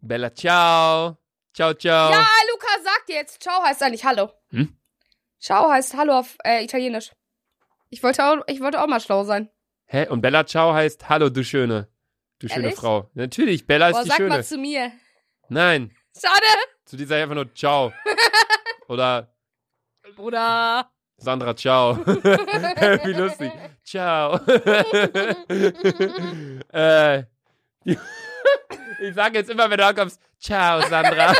B: bella ciao. Ciao, ciao.
A: ja, Luca sagt dir jetzt, ciao heißt eigentlich Hallo.
B: Hm?
A: Ciao heißt Hallo auf äh, Italienisch. Ich wollte, auch, ich wollte auch mal schlau sein.
B: Hä? Und bella ciao heißt Hallo, du Schöne. Du schöne
A: Ehrlich?
B: Frau. Natürlich, Bella ist
A: Boah,
B: die
A: sag mal
B: Schöne.
A: zu mir.
B: Nein,
A: Schade.
B: zu dir sag ich einfach nur ciao. Oder
A: Bruder.
B: Sandra, ciao. Wie lustig. Ciao. äh, ich sage jetzt immer, wenn du ankommst, ciao, Sandra.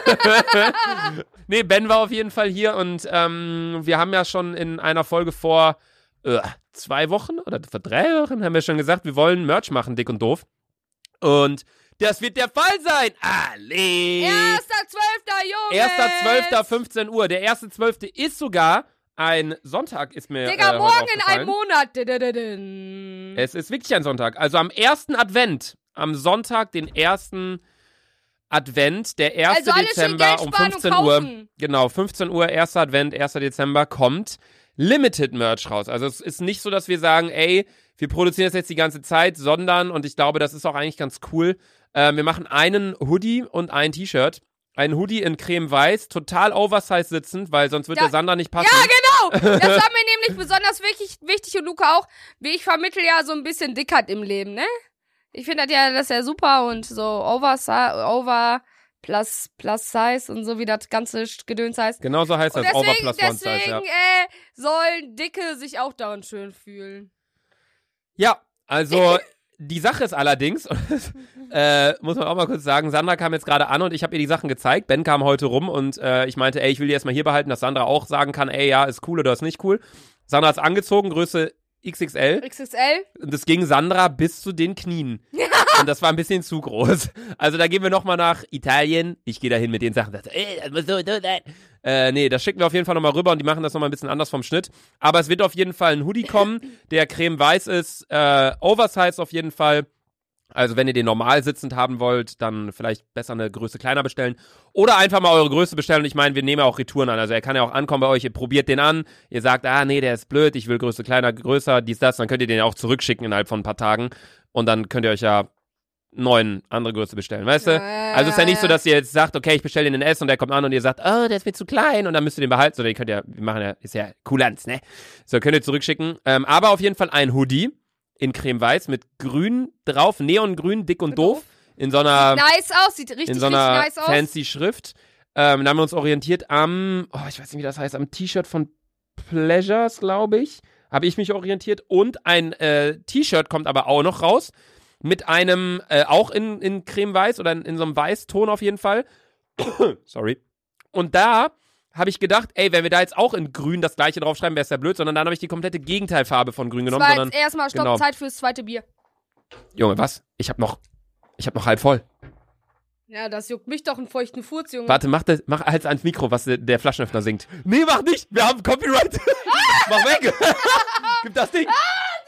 B: nee, Ben war auf jeden Fall hier und ähm, wir haben ja schon in einer Folge vor äh, zwei Wochen oder vor drei Wochen haben wir schon gesagt, wir wollen Merch machen, dick und doof. Und das wird der Fall sein. Alle.
A: Erster, zwölfter, Junge.
B: 1.12.15 Uhr. Der 1.12. ist sogar ein Sonntag, ist mir äh,
A: Digga,
B: heute
A: morgen in
B: aufgefallen.
A: einem Monat. Didididin.
B: Es ist wirklich ein Sonntag. Also am ersten Advent, am Sonntag, den ersten Advent, der 1.
A: Also alle schön
B: Dezember
A: Geld
B: um
A: sparen und
B: 15 Uhr.
A: kaufen.
B: Genau, 15 Uhr, 1. Advent, 1. Dezember kommt Limited Merch raus. Also es ist nicht so, dass wir sagen, ey, wir produzieren das jetzt die ganze Zeit, sondern, und ich glaube, das ist auch eigentlich ganz cool, Äh, wir machen einen Hoodie und ein T-Shirt. Ein Hoodie in creme-weiß, total oversized sitzend, weil sonst wird
A: Ja.
B: der Sander nicht passen.
A: Ja, genau! Das war mir nämlich besonders wichtig, wichtig und Luca auch, wie ich vermittel ja so ein bisschen Dickheit im Leben, ne? Ich finde das ja, das ist ja super und so over, over plus, plus size und so, wie das ganze Sch- Gedöns heißt.
B: Genau so heißt
A: Und
B: das, Over
A: deswegen,
B: Plus One Size, ja.
A: deswegen äh, sollen Dicke sich auch daran schön fühlen.
B: Ja, also die Sache ist allerdings, äh, muss man auch mal kurz sagen, Sandra kam jetzt gerade an und ich habe ihr die Sachen gezeigt. Ben kam heute rum und äh, ich meinte, ey, ich will die erstmal hier behalten, dass Sandra auch sagen kann, ey, ja, ist cool oder ist nicht cool. Sandra ist angezogen, Größe XXL.
A: XXL?
B: Und das ging Sandra bis zu den Knien. Und das war ein bisschen zu groß. Also da gehen wir nochmal nach Italien. Ich gehe dahin mit den Sachen. Das, ey, das muss so, so sein. Äh, nee, das schicken wir auf jeden Fall nochmal rüber und die machen das nochmal ein bisschen anders vom Schnitt. Aber es wird auf jeden Fall ein Hoodie kommen, der creme-weiß ist, äh, oversized auf jeden Fall. Also wenn ihr den normal sitzend haben wollt, dann vielleicht besser eine Größe kleiner bestellen. Oder einfach mal eure Größe bestellen. Und ich meine, wir nehmen ja auch Retouren an. Also er kann ja auch ankommen bei euch, ihr probiert den an, ihr sagt, ah nee, der ist blöd, ich will Größe kleiner, größer, dies, das, dann könnt ihr den ja auch zurückschicken innerhalb von ein paar Tagen. Und dann könnt ihr euch ja neun andere Größe bestellen, weißt du? Also ist ja nicht so, dass ihr jetzt sagt, okay, ich bestelle den in S und der kommt an und ihr sagt, oh, der ist mir zu klein und dann müsst ihr den behalten. Oder ihr könnt ja, wir machen ja, ist ja Kulanz, ne? So, könnt ihr zurückschicken. Ähm, aber auf jeden Fall ein Hoodie in creme-weiß mit grün drauf, neongrün, dick und doof, in so einer,
A: Nice aus, Äh, sieht richtig,
B: ähm, in so
A: richtig
B: einer
A: nice aus.
B: fancy Schrift. Ähm, da haben wir uns orientiert am, oh, ich weiß nicht, wie das heißt, am T-Shirt von Pleasures, glaube ich, habe ich mich orientiert. Und ein äh, T-Shirt kommt aber auch noch raus mit einem, äh, auch in, in cremeweiß oder in, in so einem Weißton auf jeden Fall. Sorry. Und da habe ich gedacht, ey, wenn wir da jetzt auch in grün das gleiche draufschreiben, wäre es ja blöd, sondern dann habe ich die komplette Gegenteilfarbe von grün
A: Das
B: genommen,
A: war
B: sondern,
A: jetzt erstmal Stopp,
B: genau.
A: Zeit fürs zweite Bier.
B: Junge, was? Ich habe noch, ich habe noch halb voll.
A: Ja, das juckt mich doch einen feuchten Furz, Junge.
B: Warte, mach, das, mach halt's ans Mikro, was der- der Flaschenöffner singt. Nee, mach nicht! Wir haben Copyright! mach weg! Gib das Ding!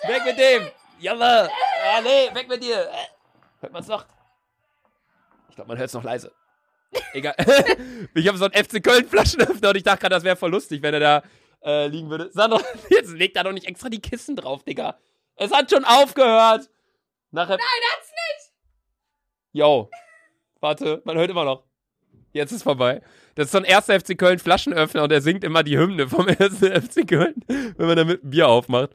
B: Weg mit dem! Jalla! Ah, nee, weg mit dir! Äh, Hört man's noch? Ich glaube, man hört's noch leise. Egal. ich habe so einen FC Köln-Flaschenöffner und ich dachte gerade, das wäre voll lustig, wenn er da äh, liegen würde. Sandra, jetzt leg da doch nicht extra die Kissen drauf, Digga. Es hat schon aufgehört! Nachher.
A: Nein, hat's nicht.
B: Yo. Warte, man hört immer noch. Jetzt ist vorbei. Das ist so ein erster FC Köln Flaschenöffner und er singt immer die Hymne vom ersten FC Köln, wenn man damit ein Bier aufmacht.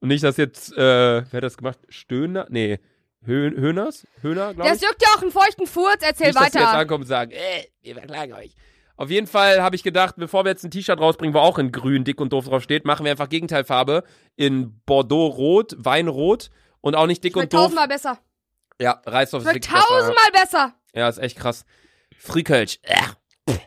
B: Und nicht, dass jetzt, äh, wer hat das gemacht? Stöhner? Nee. Hö Höhners? Höhner, glaube
A: Das
B: ich.
A: juckt ja auch einen feuchten Furz, erzähl
B: Nicht, dass die jetzt
A: weiter.
B: ankommen und sagen, äh, wir verklagen euch. Auf jeden Fall habe ich gedacht, bevor wir jetzt ein T-Shirt rausbringen, wo auch in grün dick und doof drauf steht, machen wir einfach Gegenteilfarbe in Bordeaux-Rot, Weinrot und auch nicht dick
A: Wird
B: und doof.
A: tausendmal besser.
B: Ja, reißt aufs
A: Wird
B: Dick besser.
A: tausendmal besser.
B: Ja, ist echt krass. Frikölsch. Äh. Pff.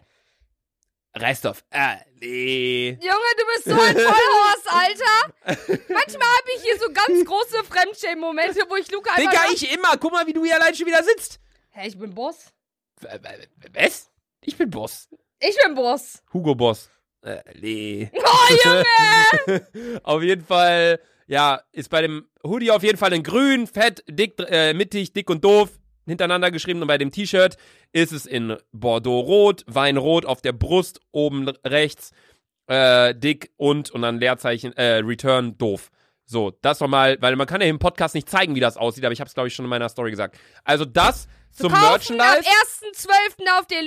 B: Reisdorf. Ah, nee.
A: Junge, du bist so ein Vollhorst, Alter. Manchmal habe ich hier so ganz große Fremdschämen-Momente, wo ich Luca einfach...
B: Digga,
A: sag,
B: ich immer. Guck mal, wie du hier allein schon wieder sitzt.
A: Hä, ich bin Boss.
B: Äh, äh, Was? Ich bin Boss.
A: Ich bin Boss.
B: Hugo Boss. Äh, nee.
A: Oh, Junge.
B: auf jeden Fall, ja, ist bei dem Hoodie auf jeden Fall in grün, fett, dick, äh, mittig, dick und doof hintereinander geschrieben und bei dem T-Shirt ist es in Bordeaux-Rot, Weinrot auf der Brust, oben rechts, äh, dick und und dann Leerzeichen, äh, Return, doof. So, das nochmal, weil man kann ja im Podcast nicht zeigen, wie das aussieht, aber ich habe es, glaube ich, schon in meiner Story gesagt. Also das zum
A: Kaufen am
B: Merchandise.
A: 1.12. auf der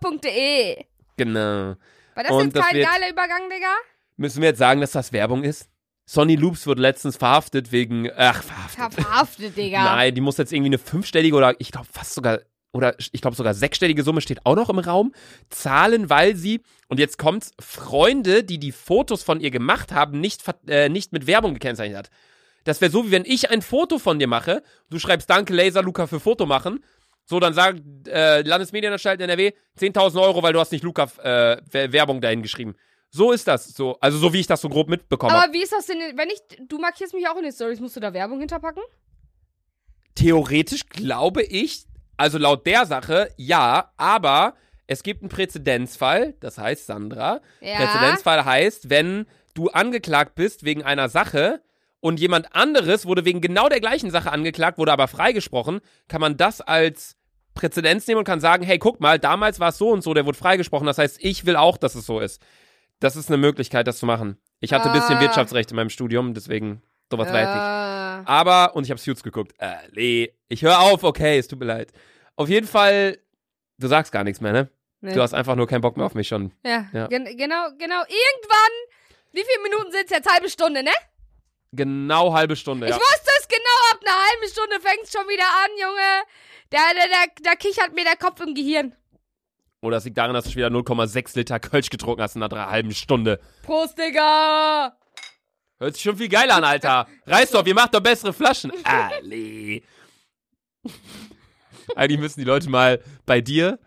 A: luca-shop.de.
B: Genau.
A: War das
B: Und
A: jetzt
B: das
A: kein
B: wird-
A: geiler Übergang, Digga?
B: Müssen wir jetzt sagen, dass das Werbung ist? Sonny Loops wurde letztens verhaftet wegen, ach, verhaftet.
A: Ja, Verhaftet, Digga.
B: Nein, die muss jetzt irgendwie eine fünfstellige oder ich glaube fast sogar oder ich glaube sogar sechsstellige Summe steht auch noch im Raum zahlen, weil sie und jetzt kommt's Freunde, die die Fotos von ihr gemacht haben, nicht ver- äh, nicht mit Werbung gekennzeichnet hat. Das wäre so wie wenn ich ein Foto von dir mache, du schreibst Danke Laser Luca für Foto machen. So, dann sagt äh, Landesmedienanstalt NRW 10.000 Euro, weil du hast nicht Luca äh, Wer- Werbung dahin geschrieben. So ist das. So, also so wie ich das so grob mitbekommen habe.
A: Aber wie ist das denn, wenn ich... Du markierst mich auch in den Stories, musst du da Werbung hinterpacken?
B: Theoretisch glaube ich, also laut der Sache, ja, aber es gibt einen Präzedenzfall, das heißt Sandra.
A: Ja.
B: Präzedenzfall heißt, wenn du angeklagt bist wegen einer Sache und jemand anderes wurde wegen genau der gleichen Sache angeklagt, wurde aber freigesprochen, kann man das als Präzedenz nehmen und kann sagen, hey, guck mal, damals war es so und so, der wurde freigesprochen, das heißt, ich will auch, dass es so ist. Das ist eine Möglichkeit, das zu machen. Ich hatte ein bisschen
A: Ah.
B: Wirtschaftsrecht in meinem Studium, deswegen sowas weiß ich.
A: äh, Ah.
B: Aber, und ich habe Suits geguckt. Äh, nee, ich höre auf, okay, es tut mir leid. Auf jeden Fall, du sagst gar nichts mehr, ne?
A: Nee.
B: Du hast einfach nur keinen Bock mehr auf mich schon.
A: ja.
B: Ja.
A: Gen genau, genau. Irgendwann. Wie viele Minuten sind es jetzt? Halbe Stunde, ne?
B: Genau halbe Stunde, ja.
A: Ich wusste es genau. Ab einer halben Stunde fängt es schon wieder an, Junge. Da, da, da, da kichert mir der Kopf im Gehirn.
B: Oder es liegt daran, dass du schon wieder 0,6 Liter Kölsch getrunken hast in einer drei- halben Stunde.
A: Prost, Digga.
B: Hört sich schon viel geiler an, Alter. Reiß doch, ihr macht doch bessere Flaschen. Ali. Eigentlich müssen die Leute mal bei dir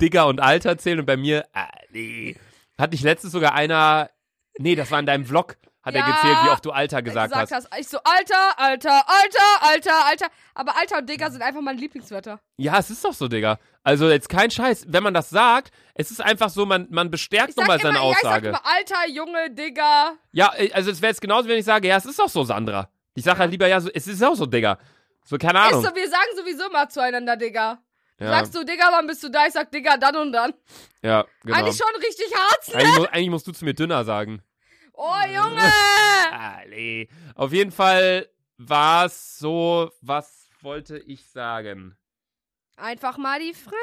B: Digger und Alter zählen und bei mir Ali. Hat nicht letztens sogar einer. Nee, das war in deinem Vlog, hat er
A: Ja.
B: gezählt, wie oft du Alter gesagt,
A: Gesagt hast.
B: hast.
A: Ich so, Alter, Alter, Alter, Alter, Alter. Aber Alter und Digga sind einfach meine Lieblingswörter.
B: Ja, es ist doch so, Digga. Also jetzt kein Scheiß. Wenn man das sagt, es ist einfach so, man, man bestärkt
A: Ich sag
B: nochmal seine
A: immer,
B: Aussage.
A: Ja, ich sag immer, Alter, Junge, Digga.
B: Ja, äh, also es wäre jetzt genauso, wenn ich sage, ja, es ist auch so, Sandra. Ich sage halt lieber, ja, so, es ist auch so, Digga. So, keine Ahnung.
A: Ist so, wir sagen sowieso immer zueinander, Digga. Du
B: ja,
A: Sagst du, Digga, wann bist du da? Ich sag, Digga, dann und dann.
B: ja, genau.
A: Eigentlich schon richtig hart.
B: Eigentlich, mu eigentlich musst du zu mir dünner sagen.
A: Oh, Junge!
B: Ali. Auf jeden Fall war es so, was wollte ich sagen?
A: Einfach mal die Fresse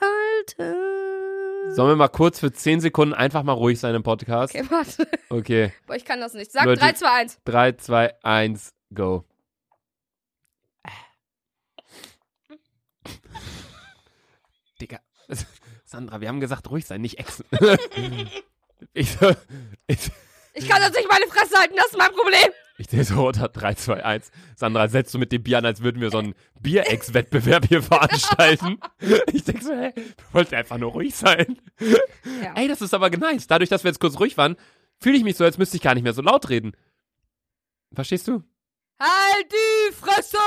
A: halten.
B: Sollen wir mal kurz für 10 Sekunden einfach mal ruhig sein im Podcast?
A: Okay, warte.
B: Okay.
A: Boah, ich kann das nicht. Sag
B: Leute.
A: 3, 2, 1.
B: 3, 2, 1, go. Digga. Sandra, wir haben gesagt, ruhig sein, nicht exen. ich, so- ich,
A: Ich kann das nicht meine Fresse halten, das ist mein Problem.
B: Ich sehe so unter 3, 2, 1. Sandra, setzt du mit dem Bier an, als würden wir so einen Bierex-Wettbewerb hier veranstalten. Ich denke so, hä, wir wollten einfach nur ruhig sein.
A: Ja.
B: Ey, das ist aber nice. Dadurch, dass wir jetzt kurz ruhig waren, fühle ich mich so, als müsste ich gar nicht mehr so laut reden. Verstehst du?
A: Halt die Fresse!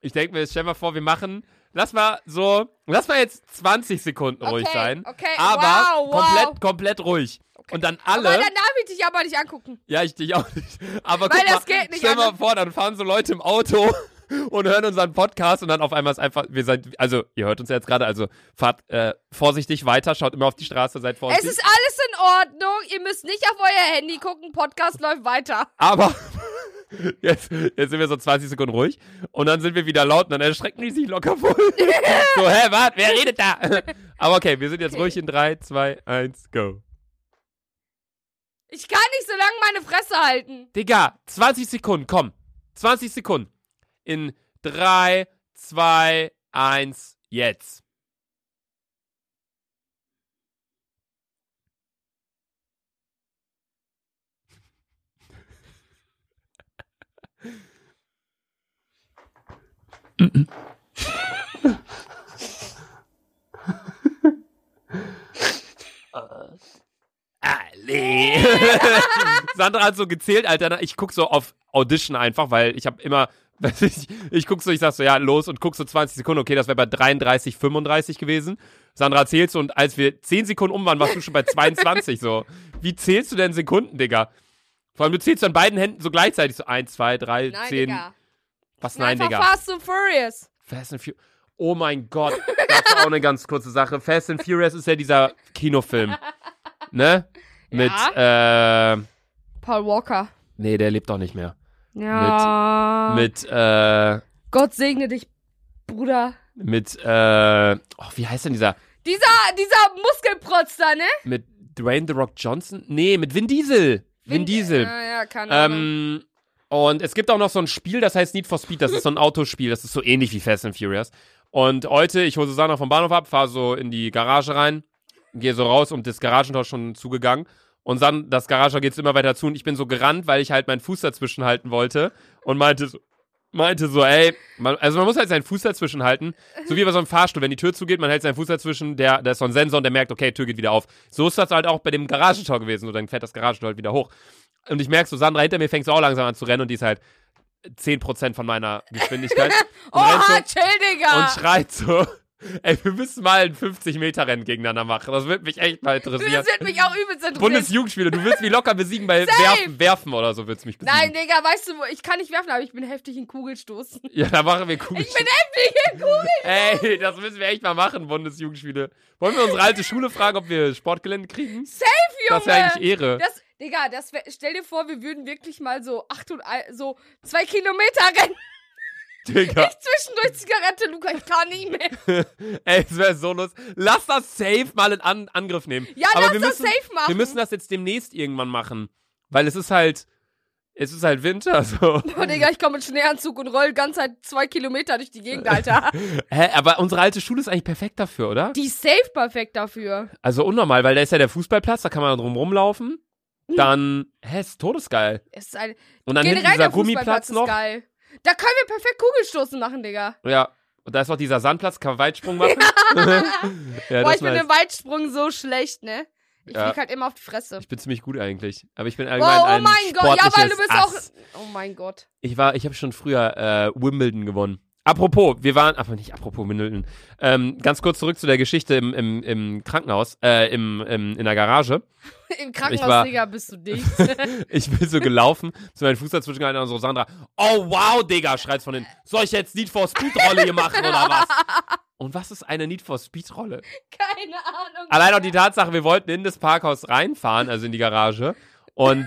B: Ich denke mir, stell mal vor, wir machen, lass mal so, lass mal jetzt 20 Sekunden ruhig
A: Okay,
B: sein.
A: okay,
B: aber
A: wow,
B: komplett,
A: wow.
B: komplett ruhig.
A: Okay.
B: Und dann
A: Aber
B: alle.
A: dann darf ich dich aber nicht angucken.
B: Ja, ich dich auch nicht. Aber
A: Weil
B: guck
A: das
B: mal,
A: geht nicht
B: stell mal
A: anders.
B: vor, dann fahren so Leute im Auto und hören unseren Podcast und dann auf einmal ist einfach, wir seid, also ihr hört uns ja jetzt gerade, also fahrt äh, vorsichtig weiter, schaut immer auf die Straße, seid
A: Es
B: vorsichtig.
A: ist alles in Ordnung. Ihr müsst nicht auf euer Handy gucken. Podcast läuft weiter.
B: Aber jetzt, jetzt sind wir so 20 Sekunden ruhig und dann sind wir wieder laut und dann erschrecken die sich locker voll. so, hä, warte, wer redet da? Aber okay, wir sind jetzt ruhig in 3, 2, 1, go.
A: Ich kann nicht so lange meine Fresse halten.
B: Digga, 20 Sekunden, komm. 20 Sekunden. In 3, 2, 1, jetzt. Ali. Sandra hat so gezählt, Alter. ne? Ich guck so auf Audition einfach, weil ich habe immer, ich, ich guck so, ich sag so, ja, los und guck so 20 Sekunden, okay, das wäre bei 33, 35 gewesen. Sandra zählt so und als wir 10 Sekunden um waren, warst du schon bei 22 so. Wie zählst du denn Sekunden, Digga? Vor allem, du zählst an beiden Händen so gleichzeitig so 1, 2, 3,
A: Nein,
B: 10.
A: Digga.
B: Was nein,
A: Einfach
B: Digga?
A: Fast and Furious.
B: Fast and Furious. Oh mein Gott, das ist auch eine ganz kurze Sache. Fast and Furious ist ja dieser Kinofilm. Ne? Mit, äh,
A: Paul Walker.
B: nee, der lebt doch nicht mehr.
A: Ja.
B: Mit, äh,
A: Gott segne dich, Bruder.
B: mit, äh, oh, wie heißt denn dieser?
A: Dieser, dieser Muskelprotz da, ne?
B: Mit Dwayne The Rock Johnson? Nee, mit Vin Diesel. Vin Diesel.
A: Ja, ja, keine Ahnung.
B: Ähm, und es gibt auch noch so ein Spiel, das heißt Need for Speed. Das ist so ein Autospiel. Das ist so ähnlich wie Fast and Furious. Und heute, ich hole Susanna vom Bahnhof ab, fahre so in die Garage rein, gehe so raus und das Garagentor ist schon zugegangen. Und dann, das Garagentor geht immer weiter zu und ich bin so gerannt, weil ich halt meinen Fuß dazwischen halten wollte und meinte so, meinte so, ey, man, also man muss halt seinen Fuß dazwischen halten, so wie bei so einem Fahrstuhl, wenn die Tür zugeht, man hält seinen Fuß dazwischen, der, da ist so ein Sensor und der merkt, okay, Tür geht wieder auf. So ist das halt auch bei dem Garagentor gewesen, so dann fährt das Garagentor halt wieder hoch. Und ich merke so, Sandra hinter mir fängt so auch langsam an zu rennen und die ist halt 10% von meiner Geschwindigkeit. Und rennt so-
A: Oha, Oh, chill, Digga.
B: und schreit so. Ey, wir müssen mal ein 50-Meter-Rennen gegeneinander machen. Das würde mich echt mal interessieren.
A: das wird mich auch übelst interessieren.
B: Bundesjugendspiele, du willst mich locker besiegen bei Werfen, Werfen oder so willst du mich besiegen.
A: Nein, Digga, weißt du, wo- ich kann nicht werfen, aber ich bin heftig in Kugelstoßen.
B: Ja, da machen wir cool.
A: Ich bin heftig in Kugelstoßen.
B: Ey, das müssen wir echt mal machen, Bundesjugendspiele. Wollen wir unsere alte Schule fragen, ob wir Sportgelände kriegen?
A: Safe,
B: Das ist ja eigentlich Ehre.
A: Das, Digga, das wär, stell dir vor, wir würden wirklich mal so acht und ein, so zwei Kilometer rennen.
B: Digga.
A: Ich zwischendurch Zigarette, Luca, ich kann nicht mehr.
B: Ey, es wäre so lustig. Lass das safe mal in An Angriff nehmen.
A: Ja,
B: Aber
A: lass
B: wir
A: das
B: müssen,
A: safe machen.
B: Wir müssen das jetzt demnächst irgendwann machen. Weil es ist halt. Es ist halt Winter, so.
A: Boah, Oh, Digga, ich komme mit Schneeanzug und roll ganz halt zwei Kilometer durch die Gegend, Alter.
B: Hä, aber unsere alte Schule ist eigentlich perfekt dafür, oder?
A: Die ist safe perfekt dafür.
B: Also unnormal, weil da ist ja der Fußballplatz, da kann man drum rumlaufen. Dann, hä, ist todesgeil.
A: Es ist ein,
B: Und dann hinten
A: Mhm. generell
B: dieser
A: der Fußballplatz
B: Gummiplatz
A: ist
B: noch.
A: geil. Da können wir perfekt Kugelstoßen machen, Digga.
B: Ja. Und da ist noch dieser Sandplatz, kann man Weitsprung machen. ja,
A: Boah,
B: das
A: ich
B: ist
A: bin
B: nice.
A: im Weitsprung so schlecht, ne? Ich
B: Ja.
A: flieg halt immer auf die Fresse.
B: ich bin ziemlich gut eigentlich. Aber ich bin
A: Oh,
B: allgemein
A: oh
B: ein
A: mein Gott, ja, weil du
B: sportliches
A: bist
B: Ass.
A: auch. Oh mein Gott.
B: Ich war, ich habe schon früher äh, Wimbledon gewonnen. Apropos, wir waren, aber nicht apropos Wimbledon. Ähm, ganz kurz zurück zu der Geschichte im, im, im Krankenhaus, äh, im, im, in der Garage.
A: Im
B: Ich war-
A: Krankenhaus, Digga, bist du dich.
B: Ich bin so gelaufen, zu meinen Fuß dazwischen gehalten und so Sandra, oh wow, Digga, schreit von hinten. Soll ich jetzt Need for Speed Rolle hier machen oder was? Und was ist eine Need for Speed Rolle?
A: Keine Ahnung.
B: Allein auch die Tatsache, wir wollten in das Parkhaus reinfahren, also in die Garage, und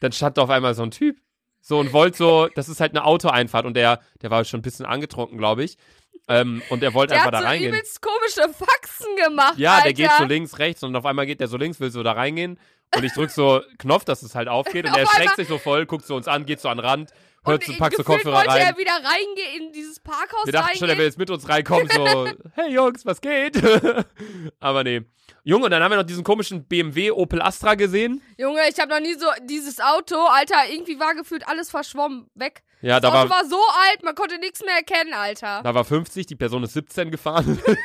B: dann stand da auf einmal so ein Typ. So und wollte so, das ist halt eine Autoeinfahrt und der, der war schon ein bisschen angetrunken, glaube ich. Ähm, und er wollte
A: Der
B: einfach
A: hat
B: da
A: so
B: reingehen.
A: übelst komische Faxen gemacht,
B: Ja,
A: Alter.
B: der geht so links, rechts und auf einmal geht der so links, will so da reingehen. Und ich drück so Knopf, dass es halt aufgeht und
A: Auf
B: er schreckt
A: einmal-
B: sich so voll, guckt so uns an, geht so an den Rand,
A: Und
B: hört so, packt so
A: gefühlt
B: Kopfhörer
A: wollte
B: rein.
A: er wieder reingehen in dieses Parkhaus
B: Wir dachten schon, er will
A: reingehen.
B: jetzt mit uns reinkommen, so, hey Jungs, was geht? Aber nee. Junge, und dann haben wir noch diesen komischen BMW Opel Astra gesehen.
A: Junge, ich habe noch nie so dieses Auto, Alter, irgendwie war gefühlt alles verschwommen, weg.
B: Ja,
A: das
B: da
A: Auto
B: war,
A: war so alt, man konnte nichts mehr erkennen, Alter.
B: da war 50, die Person ist 17 gefahren.
A: Und dann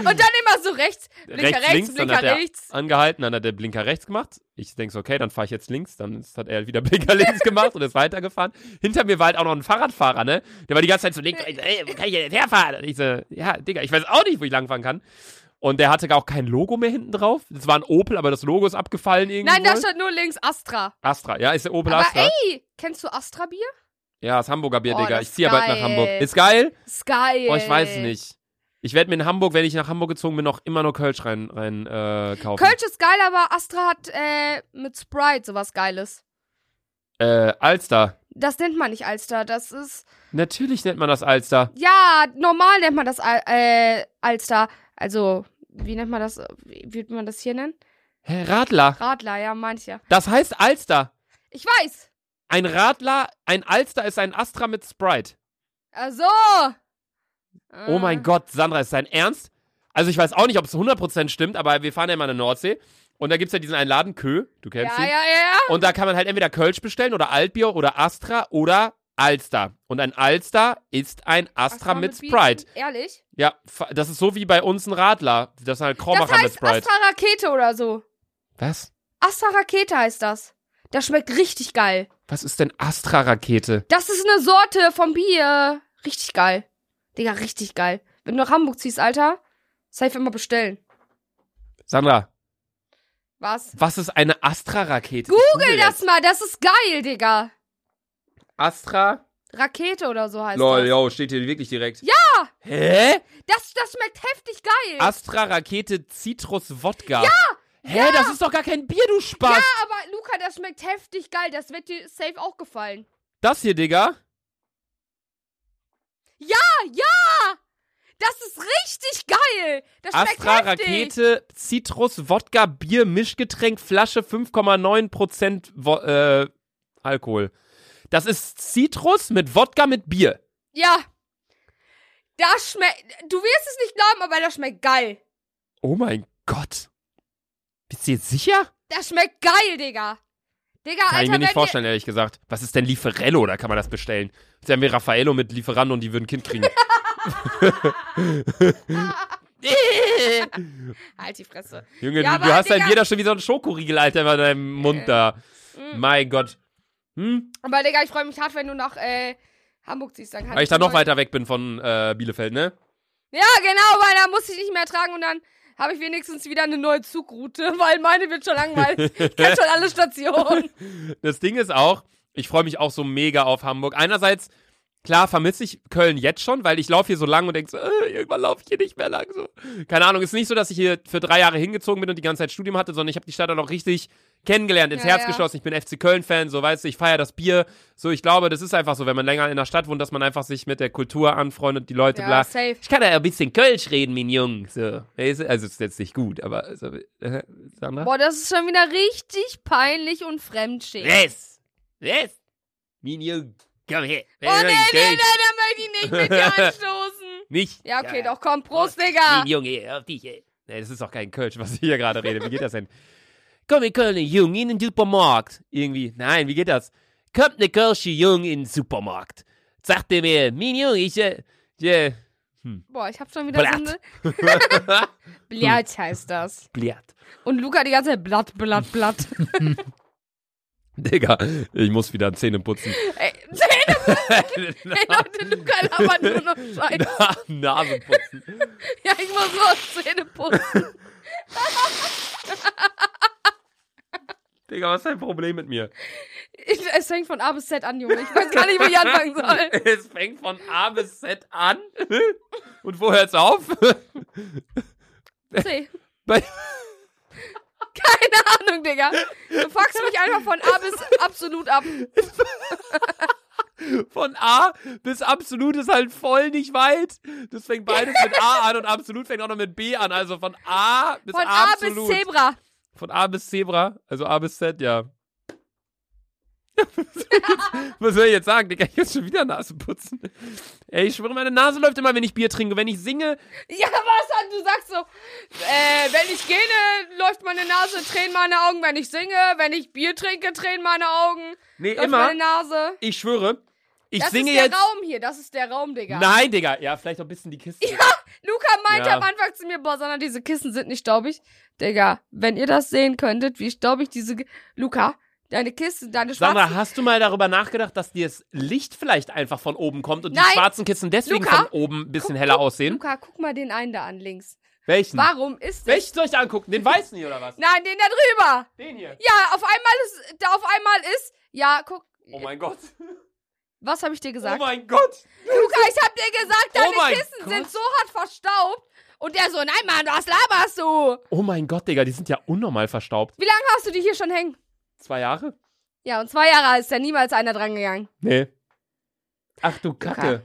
A: immer so rechts, Blinker
B: rechts,
A: rechts,
B: links, dann
A: Blinker
B: hat er
A: rechts.
B: angehalten, dann hat der Blinker rechts gemacht. Ich denke so, okay, dann fahre ich jetzt links. Dann ist- hat er wieder Blinker links gemacht und ist weitergefahren. Hinter mir war halt auch noch ein Fahrradfahrer, ne? Der war die ganze Zeit so links, rechts, ey, wo kann ich denn jetzt herfahren? Und ich so, ja, Digga, ich weiß auch nicht, wo ich langfahren kann. Und der hatte auch kein Logo mehr hinten drauf. Das war ein Opel, aber das Logo ist abgefallen irgendwie.
A: Nein, da stand nur links Astra.
B: Astra, ja, ist der Opel
A: Aber
B: Astra.
A: ey, kennst du Astra-Bier?
B: Ja, ist Hamburger Bier,
A: Oh,
B: Digga.
A: das
B: Ich
A: ist
B: ziehe bald nach
A: geil.
B: Hamburg. Ist geil?
A: Ist geil.
B: Oh, ich weiß nicht. Ich werde mir in Hamburg, wenn ich nach Hamburg gezogen bin, noch immer nur Kölsch rein, rein äh, kaufen.
A: Kölsch ist geil, aber Astra hat äh, mit Sprite sowas Geiles.
B: Äh, Alster.
A: Das nennt man nicht Alster, das ist...
B: Natürlich nennt man das Alster.
A: Ja, normal nennt man das Al äh, Alster. Also, wie nennt man das? Wie würde man das hier nennen?
B: Hä, Radler.
A: Radler, ja, mancher.
B: Das heißt Alster.
A: Ich weiß.
B: Ein Radler, ein Alster ist ein Astra mit Sprite.
A: Also. Äh,
B: Oh
A: Mhm.
B: mein Gott, Sandra, ist dein Ernst? Also ich weiß auch nicht, ob es 100% stimmt, aber wir fahren ja immer in der Nordsee. Und da gibt's ja diesen einen Laden, Kö, du kennst
A: Ja,
B: ihn.
A: ja, ja.
B: Und da kann man halt entweder Kölsch bestellen oder Altbier oder Astra oder Alster. Und ein Alster ist ein Astra, mit, Sprite.
A: Bierchen, Ehrlich?
B: Ja, fa- das ist so wie bei uns ein Radler. Das ist halt
A: Das
B: Krombacher mit
A: heißt
B: Sprite.
A: Astra Rakete oder so.
B: Was?
A: Astra Rakete heißt das. Das schmeckt richtig geil.
B: Was ist denn Astra-Rakete?
A: Das ist eine Sorte vom Bier. Richtig geil. Digga, richtig geil. Wenn du nach Hamburg ziehst, Alter, safe immer bestellen.
B: Sandra,
A: Was?
B: was ist eine Astra-Rakete?
A: Google
B: Ich google
A: Das
B: jetzt.
A: mal, das ist geil, Digga.
B: Astra.
A: Rakete oder so heißt
B: Lol,
A: das.
B: yo, steht hier wirklich direkt. Ja! Hä?
A: Das, das schmeckt heftig geil.
B: Astra-Rakete Citrus-Wodka. Ja! Hä, das ist doch gar kein Bier, du Spaß!
A: ja, aber Luca, das schmeckt heftig geil. Das wird dir safe auch gefallen.
B: Das hier, Digga.
A: Ah, ja! Das ist richtig geil. Das schmeckt
B: Astra
A: heftig.
B: Rakete Zitrus Wodka Bier Mischgetränk Flasche 5,9% Wo äh, Alkohol. Das ist Zitrus mit Wodka mit Bier.
A: Ja. Das schmeckt. Du wirst es nicht glauben, aber das schmeckt geil.
B: Oh mein Gott. Bist du jetzt sicher?
A: Das schmeckt geil, Digga. Digga,
B: Kann
A: Alter,
B: ich mir
A: wenn
B: nicht vorstellen, ehrlich gesagt. Was ist denn Lieferello? Da kann man das bestellen. Jetzt haben wir Raffaello mit Lieferando und die würden ein Kind kriegen.
A: Ihr, halt die Fresse.
B: Junge,
A: Ja,
B: du, du
A: aber,
B: hast dein
A: Digga- Äh.
B: Bier da schon wie so ein Schokoriegel, Alter, in deinem Mund da.
A: Mm.
B: Mein Gott. Hm?
A: Aber Digga, ich freue mich hart, wenn du nach äh, Hamburg ziehst. Dann kannst
B: Weil ich da
A: du
B: noch
A: mal-
B: weiter weg bin von äh, Bielefeld, ne?
A: Ja, genau, weil da muss ich nicht mehr tragen und dann habe ich wenigstens wieder eine neue Zugroute, weil meine wird schon langweilig. Ich kenn schon alle Stationen.
B: Das Ding ist auch, ich freue mich auch so mega auf Hamburg. Einerseits Klar vermisse ich Köln jetzt schon, weil ich laufe hier so lang und denke so, äh, irgendwann laufe ich hier nicht mehr lang. So. Keine Ahnung, ist nicht so, dass ich hier für drei Jahre hingezogen bin und die ganze Zeit Studium hatte, sondern ich habe die Stadt auch noch richtig kennengelernt, ins
A: Ja,
B: Herz
A: ja.
B: geschlossen. Ich bin FC Köln-Fan, so weißt du, ich feiere das Bier. So, ich glaube, das ist einfach so, wenn man länger in der Stadt wohnt, dass man einfach sich mit der Kultur anfreundet, die Leute
A: Ja,
B: bla.
A: safe.
B: Ich kann ja ein bisschen Kölsch reden, mein Jung. So. weißt du? Also, ist jetzt nicht gut, aber. So, äh, Sandra?
A: Boah, das ist schon wieder richtig peinlich und fremdschämen.
B: Yes! Yes! Mein Jung, komm her.
A: Oh, nee, nee, nee, da möchte ich nicht mit dir anstoßen.
B: Nicht?
A: Ja, okay, doch, komm, Prost, Digga.
B: Mein Junge, auf dich, ey. Nee, das ist doch kein Kölsch, was ich hier gerade rede. Wie geht das denn? Komm in Köln, Jung, in den Supermarkt. Irgendwie. Nein, wie geht das? Kommt ne Kölsche Jung in den Supermarkt. Sagt er mir, mein Jung, ich, äh, äh,
A: Boah, ich hab schon wieder so
B: Blatt.
A: eine... Blatt heißt das.
B: Blatt.
A: Und Luca die ganze Zeit Blatt, Blatt, Blatt.
B: Digga, ich muss wieder Zähne putzen.
A: Ey, Zähne, ey, Leute, Luca labert nur noch Scheiße.
B: Nase putzen.
A: Ja, ich muss nur Zähne putzen.
B: Digga, was ist dein Problem mit mir?
A: Ich, es fängt von A bis Z an, Junge. Ich weiß gar nicht, wo ich anfangen soll.
B: Es fängt von A bis Z an. Und wo hört's auf?
A: C.
B: Bei-
A: Keine Ahnung, Digga. Du fuckst mich einfach von A bis absolut ab.
B: Von A bis absolut ist halt voll nicht weit. Das fängt beides mit A an und absolut fängt auch noch mit B an. Also von A bis
A: Von A bis
B: absolut.
A: Zebra.
B: Von A bis Zebra, also A bis Z, ja. Was soll ich jetzt sagen, Digga? Ich muss schon wieder Nase putzen. Ey, ich schwöre, meine Nase läuft immer, wenn ich Bier trinke. Wenn ich singe,
A: Ja, was? Du sagst so, äh, wenn ich gähne, läuft meine Nase, tränen meine Augen. Wenn ich singe, wenn ich Bier trinke, tränen meine Augen.
B: nee,
A: Läuft
B: immer,
A: meine Nase.
B: ich schwöre, ich
A: das
B: singe
A: ist der
B: jetzt.
A: Raum hier, das ist der Raum, Digga.
B: Nein, Digga, ja, vielleicht noch ein bisschen die Kiste.
A: Luca meinte
B: Ja.
A: am Anfang zu mir, boah, sondern diese Kissen sind nicht staubig. Digga, wenn ihr das sehen könntet, wie staubig diese... Ge- Luca, deine Kissen, deine schwarzen
B: Sandra, hast du mal darüber nachgedacht, dass dir das Licht vielleicht einfach von oben kommt und
A: Nein.
B: die schwarzen Kissen deswegen
A: Luca,
B: von oben ein bisschen heller aussehen?
A: Luca, guck mal den einen da an links.
B: Welchen?
A: Warum ist der?
B: Welchen soll ich angucken? Den weißen hier oder was?
A: Nein, den da drüber.
B: Den hier.
A: Ja, auf einmal ist, da auf einmal ist, ja, guck,
B: Oh mein Gott.
A: was habe ich dir
B: Oh
A: gesagt?
B: mein Gott.
A: Luca, ich habe dir gesagt,
B: Oh
A: deine
B: mein
A: Kissen
B: Gott.
A: sind so hart verstaubt. Und der so, nein, Mann, was laberst du?
B: Oh mein Gott, Digga, die sind ja unnormal verstaubt.
A: Wie lange hast du die hier schon hängen?
B: Zwei Jahre?
A: Ja, und zwei Jahre ist da niemals einer dran gegangen.
B: Nee. Ach du Kacke.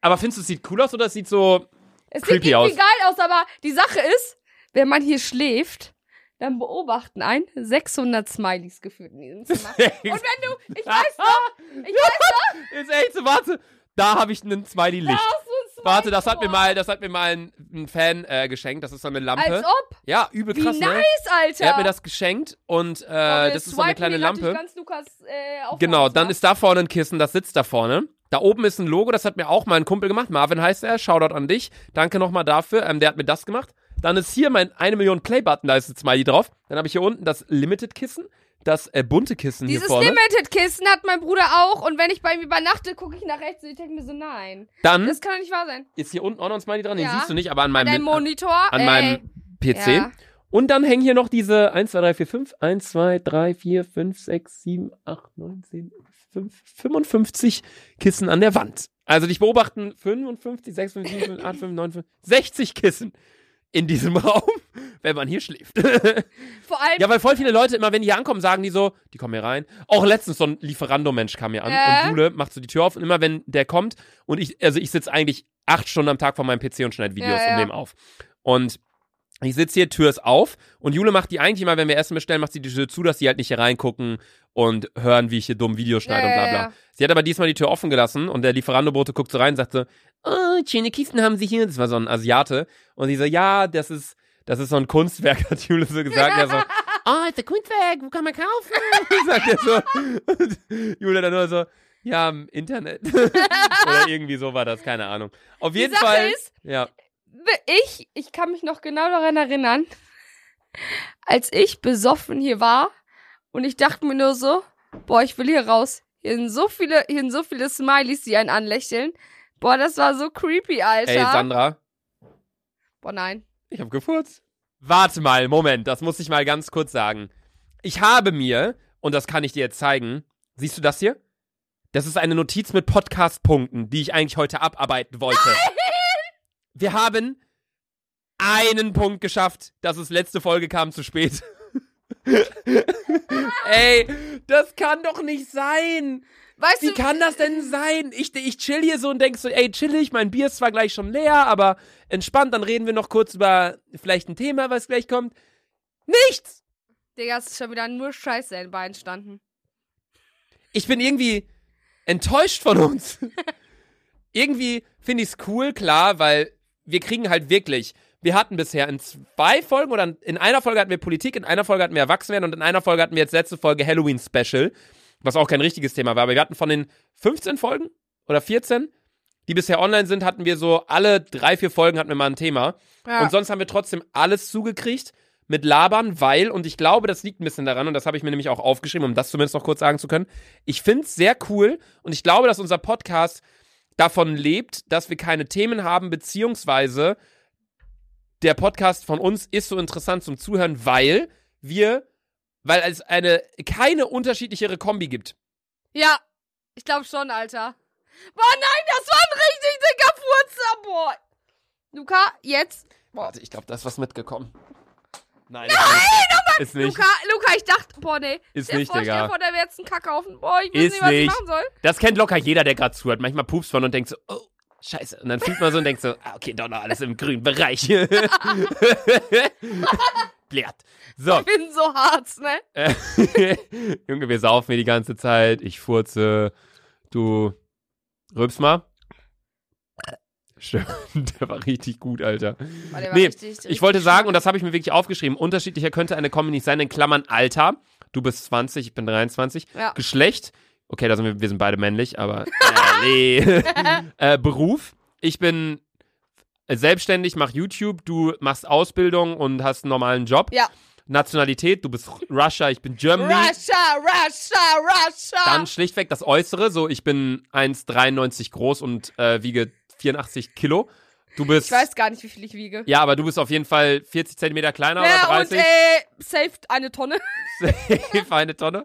B: Aber findest du, es sieht cool aus oder es sieht so.
A: Es
B: Creepy
A: sieht irgendwie
B: aus.
A: geil aus, aber die Sache ist, wenn man hier schläft, dann beobachten ein 600 Smileys gefühlt in diesem Zimmer. Und wenn du, ich weiß noch, ich weiß
B: Ist echt so, warte. Da habe ich einen Smiley-Licht.
A: noch, so ein Smiley
B: Warte, das hat mir
A: geworden.
B: mal, das hat mir mal ein, ein Fan äh, geschenkt. Das ist so eine Lampe.
A: Als ob.
B: ja, übel
A: Also, Wie
B: krass, ne?
A: nice, Alter.
B: Er hat mir das geschenkt und äh,
A: Aber wir
B: das ist so eine
A: swipen
B: kleine
A: den natürlich
B: Lampe.
A: Ganz Lukas, äh, Aufnahme
B: Genau, dann
A: zwar.
B: ist da vorne ein Kissen, das sitzt da vorne. Da oben ist ein Logo, das hat mir auch mal ein Kumpel gemacht. Marvin heißt er, Shoutout an dich. Danke nochmal dafür, ähm, der hat mir das gemacht. Dann ist hier mein 1 Million Play-Button, da ist ein Smiley drauf. Dann habe ich hier unten das Limited-Kissen, das äh, bunte Kissen
A: Dieses
B: hier vorne.
A: Limited-Kissen hat mein Bruder auch und wenn ich bei ihm übernachte, gucke ich nach rechts und ich denke mir so, nein.
B: Dann
A: Das kann doch nicht wahr sein.
B: ist hier unten auch noch ein Smiley dran, den
A: Ja.
B: siehst du nicht, aber Hm? an meinem,
A: Dein Monitor,
B: an
A: ey.
B: meinem PC.
A: Ja.
B: Und dann hängen hier noch diese 1, 2, 3, 4, 5, 1, 2, 3, 4, 5, 6, 7, 8, 9, 10, 5, 55 Kissen an der Wand. Also dich beobachten 55, 56, 57, 8, 5, 9, 5, 60 Kissen in diesem Raum, wenn man hier schläft.
A: Vor allem,
B: ja, weil voll viele Leute immer, wenn die hier ankommen, sagen die so, die kommen hier rein. Auch letztens so ein Lieferando-Mensch kam hier an
A: Äh?
B: und Jule macht so die Tür auf und immer wenn der kommt und ich, also ich sitze eigentlich acht Stunden am Tag vor meinem PC und schneide Videos
A: Ja, ja.
B: und nehme auf. Und ich sitze hier, Tür ist auf und Jule macht die eigentlich immer, wenn wir Essen bestellen, macht sie die Tür zu, dass die halt nicht hier reingucken und hören, wie ich hier dumm Videos schneide
A: Ja,
B: und
A: ja,
B: bla bla.
A: ja.
B: Sie hat aber diesmal die Tür offen gelassen und der Lieferandobote guckt so rein und sagte, oh, schöne Kisten haben sie hier. Das war so ein Asiate. Und sie so, ja, das ist, das ist so ein Kunstwerk, hat Jule so gesagt. Und er so, oh, ist ein Kunstwerk, wo kann man kaufen? sagt er so. Und Jule dann nur so, ja, im Internet. Oder irgendwie so war das, keine Ahnung. Auf
A: die
B: jeden
A: Sache
B: Fall.
A: ist,
B: ja.
A: ich, ich kann mich noch genau daran erinnern, als ich besoffen hier war und ich dachte mir nur so, boah, ich will hier raus. Hier sind so viele, hier sind so viele Smileys, die einen anlächeln. Boah, das war so creepy, Alter.
B: Ey, Sandra,
A: boah, nein.
B: Ich habe gefurzt. Warte mal, Moment, das muss ich mal ganz kurz sagen. Ich habe mir, und das kann ich dir jetzt zeigen, siehst du das hier? Das ist eine Notiz mit Podcast-Punkten, die ich eigentlich heute abarbeiten wollte. Wir haben einen Punkt geschafft. Das ist letzte Folge kam zu spät. Ey, das kann doch nicht sein.
A: Weißt
B: Wie
A: du,
B: kann das denn sein? Ich, ich chill hier so und denk so, ey, chill ich, mein Bier ist zwar gleich schon leer, aber entspannt, dann reden wir noch kurz über vielleicht ein Thema, was gleich kommt. Nichts!
A: Digga, es ist schon wieder nur Scheiße in Beinen standen.
B: Ich bin irgendwie enttäuscht von uns. irgendwie finde ich es cool, klar, weil wir kriegen halt wirklich, wir hatten bisher in zwei Folgen oder in einer Folge hatten wir Politik, in einer Folge hatten wir Erwachsenwerden und in einer Folge hatten wir jetzt letzte Folge Halloween Special, was auch kein richtiges Thema war, aber wir hatten von den 15 Folgen oder 14, die bisher online sind, hatten wir so alle drei, vier Folgen hatten wir mal ein Thema.
A: Ja.
B: Und sonst haben wir trotzdem alles zugekriegt mit Labern, weil, und ich glaube, das liegt ein bisschen daran, und das habe ich mir nämlich auch aufgeschrieben, um das zumindest noch kurz sagen zu können. Ich finde es sehr cool und ich glaube, dass unser Podcast davon lebt, dass wir keine Themen haben, beziehungsweise der Podcast von uns ist so interessant zum Zuhören, weil wir, weil es eine, keine unterschiedlichere Kombi gibt.
A: ja, ich glaube schon, Alter. Boah, nein, das war ein richtig dicker Furzer, boah. Luca, jetzt. Boah.
B: Warte, ich glaube, da ist was mitgekommen. Nein, Nein ist nicht.
A: Luca, Luca, ich dachte, boah, nee.
B: Ist
A: Stell dir
B: nicht,
A: vor,
B: Digga.
A: stell dir vor, da wäre jetzt ein Kackhaufen. Boah, ich weiß
B: Ist
A: nicht, was ich
B: nicht.
A: machen soll.
B: Das kennt locker jeder, der gerade zuhört. Manchmal pupst man und denkt so, oh, scheiße. Und dann fühlt man so und denkt so, ah, okay, doch noch alles im grünen Bereich. Blärt. So.
A: Ich bin so hart, ne?
B: äh, Junge, wir saufen hier die ganze Zeit. Ich furze. Du rülpst mal. Stimmt, der war richtig gut, Alter.
A: Boah, der war
B: Nee,
A: richtig, richtig
B: Ich wollte sagen, und
A: schlimm.
B: das habe ich mir wirklich aufgeschrieben, unterschiedlicher könnte eine Kombi nicht sein, in Klammern Alter. Du bist 20, ich bin 23.
A: Ja.
B: Geschlecht. Okay, da sind wir, wir sind beide männlich, aber äh, nee. äh, Beruf. Ich bin selbstständig, mach YouTube, du machst Ausbildung und hast einen normalen Job.
A: Ja.
B: Nationalität, du bist Russia, ich bin Germany.
A: Russia, Russia, Russia.
B: ähm, Dann schlichtweg das Äußere, so ich bin 1,93 groß und äh, wiege 84 Kilo. Du bist
A: ich weiß gar nicht, wie viel ich wiege.
B: ja, aber du bist auf jeden Fall 40 Zentimeter kleiner oder
A: ja, und
B: 30.
A: äh, safe eine Tonne.
B: Safe eine Tonne.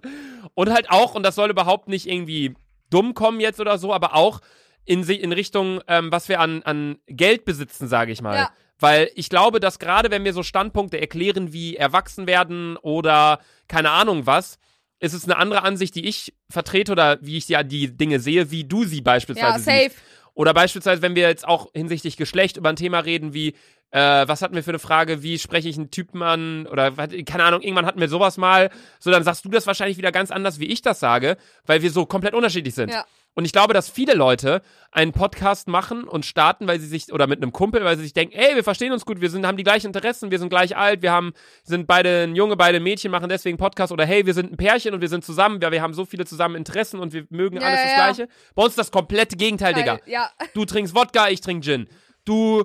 B: Und halt auch, und das soll überhaupt nicht irgendwie dumm kommen jetzt oder so, aber auch in, si- in Richtung, ähm, was wir an, an Geld besitzen, sage ich mal.
A: Ja.
B: Weil ich glaube, dass gerade wenn wir so Standpunkte erklären wie erwachsen werden oder keine Ahnung was, ist es eine andere Ansicht, die ich vertrete oder wie ich ja die Dinge sehe, wie du sie beispielsweise
A: Ja,
B: siehst.
A: safe.
B: Oder beispielsweise, wenn wir jetzt auch hinsichtlich Geschlecht über ein Thema reden, wie, äh, was hatten wir für eine Frage, wie spreche ich einen Typen an? Oder, was- keine Ahnung, irgendwann hatten wir sowas mal. So, dann sagst du das wahrscheinlich wieder ganz anders, wie ich das sage, weil wir so komplett unterschiedlich sind.
A: Ja.
B: Und ich glaube, dass viele Leute einen Podcast machen und starten, weil sie sich, oder mit einem Kumpel, weil sie sich denken, ey, wir verstehen uns gut, wir sind, haben die gleichen Interessen, wir sind gleich alt, wir haben, sind beide ein Junge, beide ein Mädchen, machen deswegen Podcast oder hey, wir sind ein Pärchen und wir sind zusammen, ja, wir haben so viele zusammen Interessen und wir mögen
A: Ja,
B: alles
A: ja,
B: das
A: ja.
B: Gleiche. Bei uns ist das komplette Gegenteil, Digga.
A: Halt, Ja.
B: Du trinkst Wodka, ich trinke Gin. Du,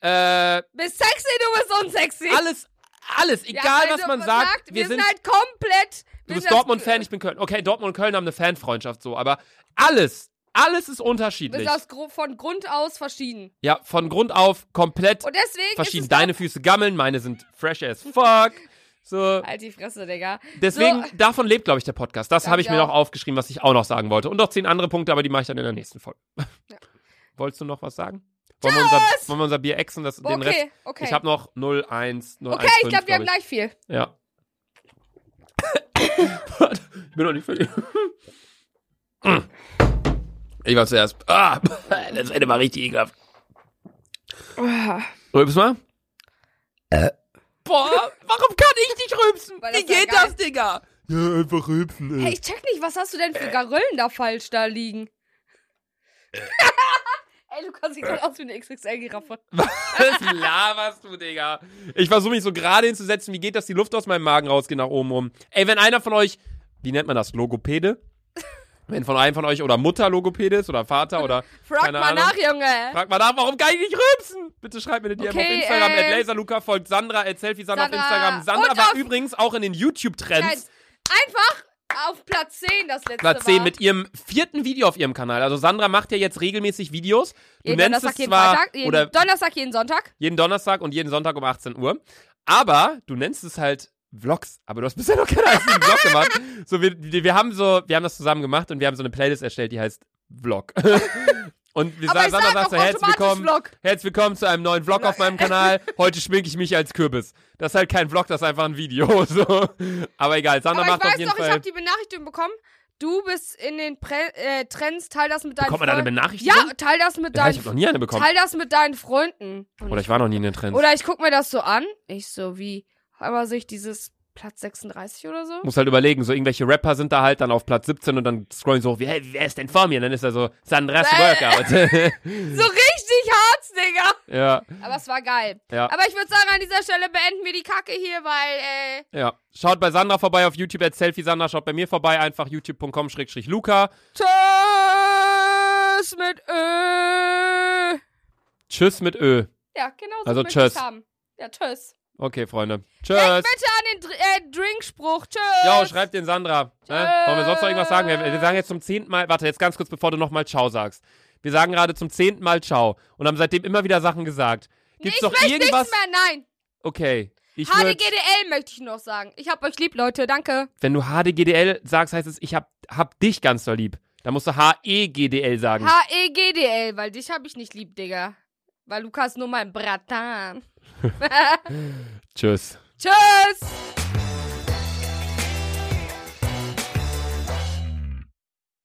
B: äh,
A: Bist sexy, du bist unsexy.
B: alles, alles, egal
A: Ja,
B: was
A: also
B: man sagt, wir, sind,
A: halt komplett.
B: du
A: wir
B: bist
A: sind das-
B: Dortmund-Fan, ich bin Köln. Okay, Dortmund und Köln haben eine Fanfreundschaft so, aber alles, alles ist
A: Wir
B: unterschiedlich.
A: sind aus, Gru- von Grund aus verschieden.
B: Ja, von Grund auf komplett
A: Und deswegen
B: verschieden.
A: ist es
B: Deine Füße gammeln, meine sind fresh as fuck. So,
A: halt die Fresse, Digga.
B: deswegen,
A: So,
B: davon lebt, glaube ich, der Podcast. Das
A: Glaub
B: habe ich
A: ich
B: mir
A: auch.
B: noch aufgeschrieben, was ich auch noch sagen wollte. Und noch zehn andere Punkte, aber die mache ich dann in der nächsten Folge. Wolltest du noch was sagen? Wollen wir, unser, wollen wir unser Bier exen, das,
A: boah,
B: den Rest
A: okay, okay.
B: Ich habe noch 01, 015,
A: okay, ich glaube, wir haben
B: glaub
A: gleich viel.
B: ich. Ja. Warte, ich bin noch nicht fertig. Ich war zuerst. Ah, das hätte mal richtig ekelhaft. Rülps mal. Äh. Boah, warum kann ich nicht rülpsen?
A: Weil das
B: Wie
A: ja
B: geht
A: geil
B: das, Digga? Ja, einfach rülpsen,
A: Hey, ich check nicht, was hast du denn
B: Äh.
A: für Garöllen da falsch da liegen? Ey, Lukas sieht gerade aus wie eine XXL-Giraffe.
B: Was laberst du, Digga? Ich versuche mich so gerade hinzusetzen. Wie geht das? Die Luft aus meinem Magen rausgeht nach oben rum. Ey, wenn einer von euch, wie nennt man das? Logopäde? Wenn von einem von euch oder Mutter Logopäde ist oder Vater oder.
A: Frag
B: Keine
A: mal
B: Ahnung.
A: nach, Junge.
B: Frag mal nach, warum kann ich nicht rülpsen? Bitte schreibt mir eine DM auf
A: Okay,
B: Instagram.
A: ähm,
B: at Laserluca folgt Sandra, at Selfie Sandra,
A: Sandra.
B: auf Instagram. Sandra
A: Und
B: war
A: auf-
B: übrigens auch in den YouTube-Trends.
A: Einfach auf Platz 10 das letzte
B: Platz
A: war.
B: 10 mit ihrem vierten Video auf ihrem Kanal. Also Sandra macht ja jetzt regelmäßig Videos. Du
A: jeden
B: nennst
A: Donnerstag,
B: es
A: jeden
B: zwar
A: Freitag, jeden
B: oder
A: Donnerstag, jeden Sonntag.
B: jeden Donnerstag und jeden Sonntag um 18 Uhr. Aber du nennst es halt Vlogs, aber du hast bisher noch keinen einzigen Vlog gemacht. So, wir, wir wir haben so, wir haben das zusammen gemacht und wir haben so eine Playlist erstellt, die heißt Vlog. Und wir
A: Aber ich
B: sagen Sandra
A: sag
B: sagt
A: auch
B: so, herzlich
A: automatisch
B: willkommen,
A: Vlog.
B: herzlich willkommen zu einem neuen Vlog auf meinem Kanal. Heute schminke ich mich als Kürbis. Das ist halt kein Vlog, das ist einfach ein Video. So. Aber egal, Sandra
A: Aber ich
B: macht auf
A: weiß
B: jeden
A: doch, ich
B: Fall.
A: habe die Benachrichtigung bekommen. Du bist in den Pre äh, Trends, teil das mit deinen
B: Kommt man da eine
A: Freunden.
B: Benachrichtigung?
A: Ja, teil das mit
B: Ja, ich
A: deinen
B: habe noch nie eine bekommen.
A: Teil das mit deinen Freunden. Und
B: Oder ich war noch nie in den Trends.
A: Oder ich guck mir das so an. Ich so, wie, aber sehe ich dieses Platz 36 oder so?
B: Muss halt überlegen, so irgendwelche Rapper sind da halt dann auf Platz 17 und dann scrollen so, wer, wer ist denn vor mir? Und dann ist er so, Sandras
A: Äh.
B: Workout.
A: So richtig Harz, Digga.
B: ja,
A: Aber es war geil.
B: ja,
A: Aber ich würde sagen, an dieser Stelle beenden wir die Kacke hier, weil, äh,
B: ja. Schaut bei Sandra vorbei auf YouTube, at Selfie Sandra, schaut bei mir vorbei, einfach youtube.com-luca.
A: Tschüss mit Ö.
B: Tschüss mit Ö.
A: Ja, genau so
B: Also
A: möchte ich's
B: tschüss.
A: haben. Ja, tschüss.
B: Okay, Freunde.
A: Denk
B: Tschüss.
A: bitte an den Dr äh, Drinkspruch. Tschüss.
B: Ja, schreibt den Sandra. Ne? Wollen wir sonst noch irgendwas sagen? Wir, wir sagen jetzt zum zehnten Mal, warte, jetzt ganz kurz, bevor du nochmal Ciao sagst. Wir sagen gerade zum zehnten Mal Ciao und haben seitdem immer wieder Sachen gesagt. Gibt's
A: ich
B: noch
A: möchte
B: irgendwas?
A: nichts mehr, nein.
B: Okay. Ich würd-
A: HDGDL möchte ich noch sagen. Ich hab euch lieb, Leute. Danke.
B: Wenn du HDGDL sagst, heißt es, ich hab, hab dich ganz doll lieb. Da musst du E HEGDL sagen.
A: E HEGDL, weil dich hab ich nicht lieb, Digga. Weil Lukas nur mein Bratan.
B: Tschüss.
A: Tschüss.